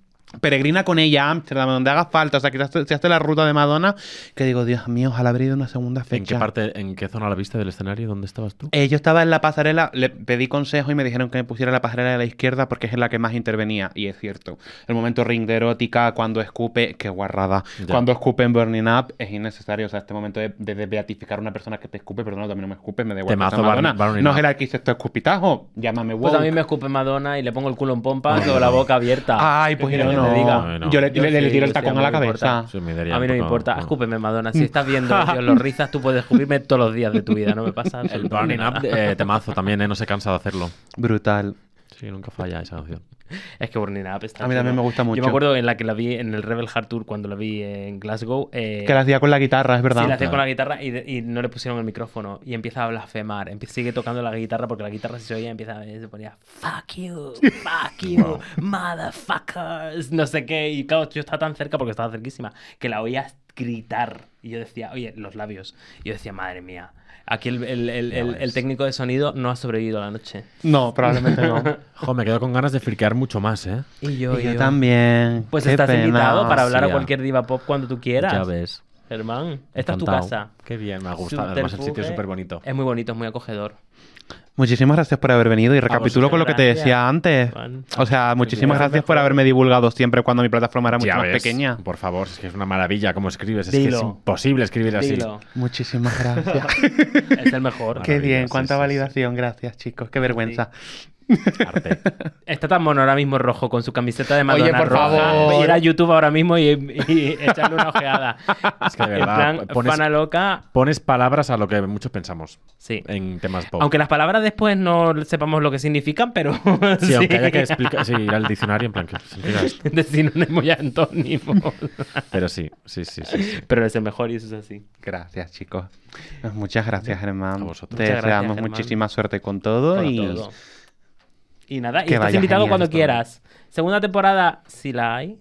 peregrina con ella a Ámsterdam, donde haga falta, o sea, quizás se hace la ruta de Madonna, que digo, Dios mío, ojalá habría ido a una segunda fecha.
¿En qué parte, en qué zona la viste del escenario? ¿Dónde estabas tú?
Eh, yo estaba en la pasarela, le pedí consejo y me dijeron que me pusiera la pasarela de la izquierda porque es en la que más intervenía. Y es cierto. El momento ring de erótica, cuando escupe, qué guarrada.
Ya.
Cuando escupe en Burning Up es innecesario. O sea, este momento de, de- de beatificar a una persona que te escupe, perdón, también no me escupe, me da igual. que
Temazo
sea Madonna.
Burn- Burning
no
Up.
es el arquitecto escupitajo, llámame
Pues a mí
woke.
me escupe Madonna y le pongo el culo en pompa con la boca abierta.
Ay,
¿Qué
pues yo
quieres que
no.
te diga?
Bueno.
Yo le,
Yo
le- le
sí,
tiro el
yo sí,
tacón
a
a la
mí no me
cabeza.
importa.
Sí, me daría
A mí no
un
me
poco-
importa,
no.
escúpeme Madonna. Si estás viendo Dios los rizas, tú puedes escupirme todos los días de tu vida, no me pasa
El
absolutamente
Burning
nada.
Up, eh, temazo también, ¿eh? No se cansa de hacerlo.
Brutal.
Sí, nunca falla esa canción.
Es que Burning Up está
A mí también
chulo.
me gusta
Yo
mucho.
me acuerdo en la que la vi en el Rebel Heart Tour cuando la vi en Glasgow. eh,
Que la hacía con la guitarra, es verdad.
Sí, la hacía
Claro.
con la guitarra y, de- y no le pusieron el micrófono. Y empieza a blasfemar. Empie- sigue tocando la guitarra porque la guitarra si se oía empieza a se ponía Fuck you, fuck you, motherfuckers. No sé qué. Y claro, yo estaba tan cerca porque estaba cerquísima que la oías gritar. Y yo decía, oye, los labios. Y yo decía, madre mía. Aquí el, el- el- el- el técnico de sonido no ha sobrevivido la noche.
No, probablemente no.
Jo, me quedo con ganas de friquear mucho más, ¿eh?
Y
Y yo también.
Pues
Qué
estás
pena.
invitado para hablar a
ya.
cualquier diva pop cuando tú quieras.
Ya ves.
Germán, esta es
Encantado.
tu casa.
Qué bien, me ha gustado. Además, el sitio
Subterfuge.
es súper bonito.
Es muy bonito, es muy acogedor.
Muchísimas gracias por haber venido y recapitulo con lo que te
gracias,
decía antes.
Juan.
O sea, muchísimas gracias por haberme divulgado siempre cuando mi plataforma era mucho más pequeña.
Por favor, es que es una maravilla cómo escribes. Es
Dilo.
que es imposible escribir así.
Dilo.
Muchísimas gracias.
Es el mejor.
Qué
Maravilla,
bien,
sí,
cuánta
sí, sí.
validación, gracias chicos, qué vergüenza.
Arte.
Está tan mono ahora mismo rojo con su camiseta de Madonna
por
roja.
favor.
Ve Ir a YouTube ahora mismo y, y echarle una ojeada.
Es que de
en
verdad,
plan,
pones,
fana loca,
pones palabras a lo que muchos pensamos
sí.
en temas pop.
Aunque las palabras después no sepamos lo que significan, pero
sí, aunque haya que explicar, sí, ir al diccionario en plan que significa esto.
de sinónimo y antónimo.
Pero sí, sí, sí, sí. sí.
pero es el mejor y eso es así.
Gracias chicos. Pues Muchas gracias Germán.
A vosotros.
Te
Muchas gracias,
deseamos
Germán.
muchísima suerte con todo
Para
y
todo. Y nada, y
Que
estás
vaya
invitado
genial
cuando
esto.
quieras. Segunda temporada, si la hay,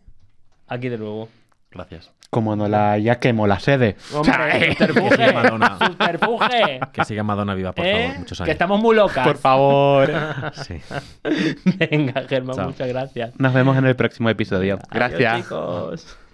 aquí de nuevo.
Gracias.
como no la haya quemo la sede.
Hombre,
que
subterfuge,
siga Madonna.
subterfuge.
Que siga Madonna viva, por
¿Eh?
favor, muchos años.
Que estamos muy locas.
Por favor.
Sí.
Venga, Germán,
Chao.
muchas gracias.
Nos vemos en el próximo episodio.
Adiós,
Gracias.
chicos.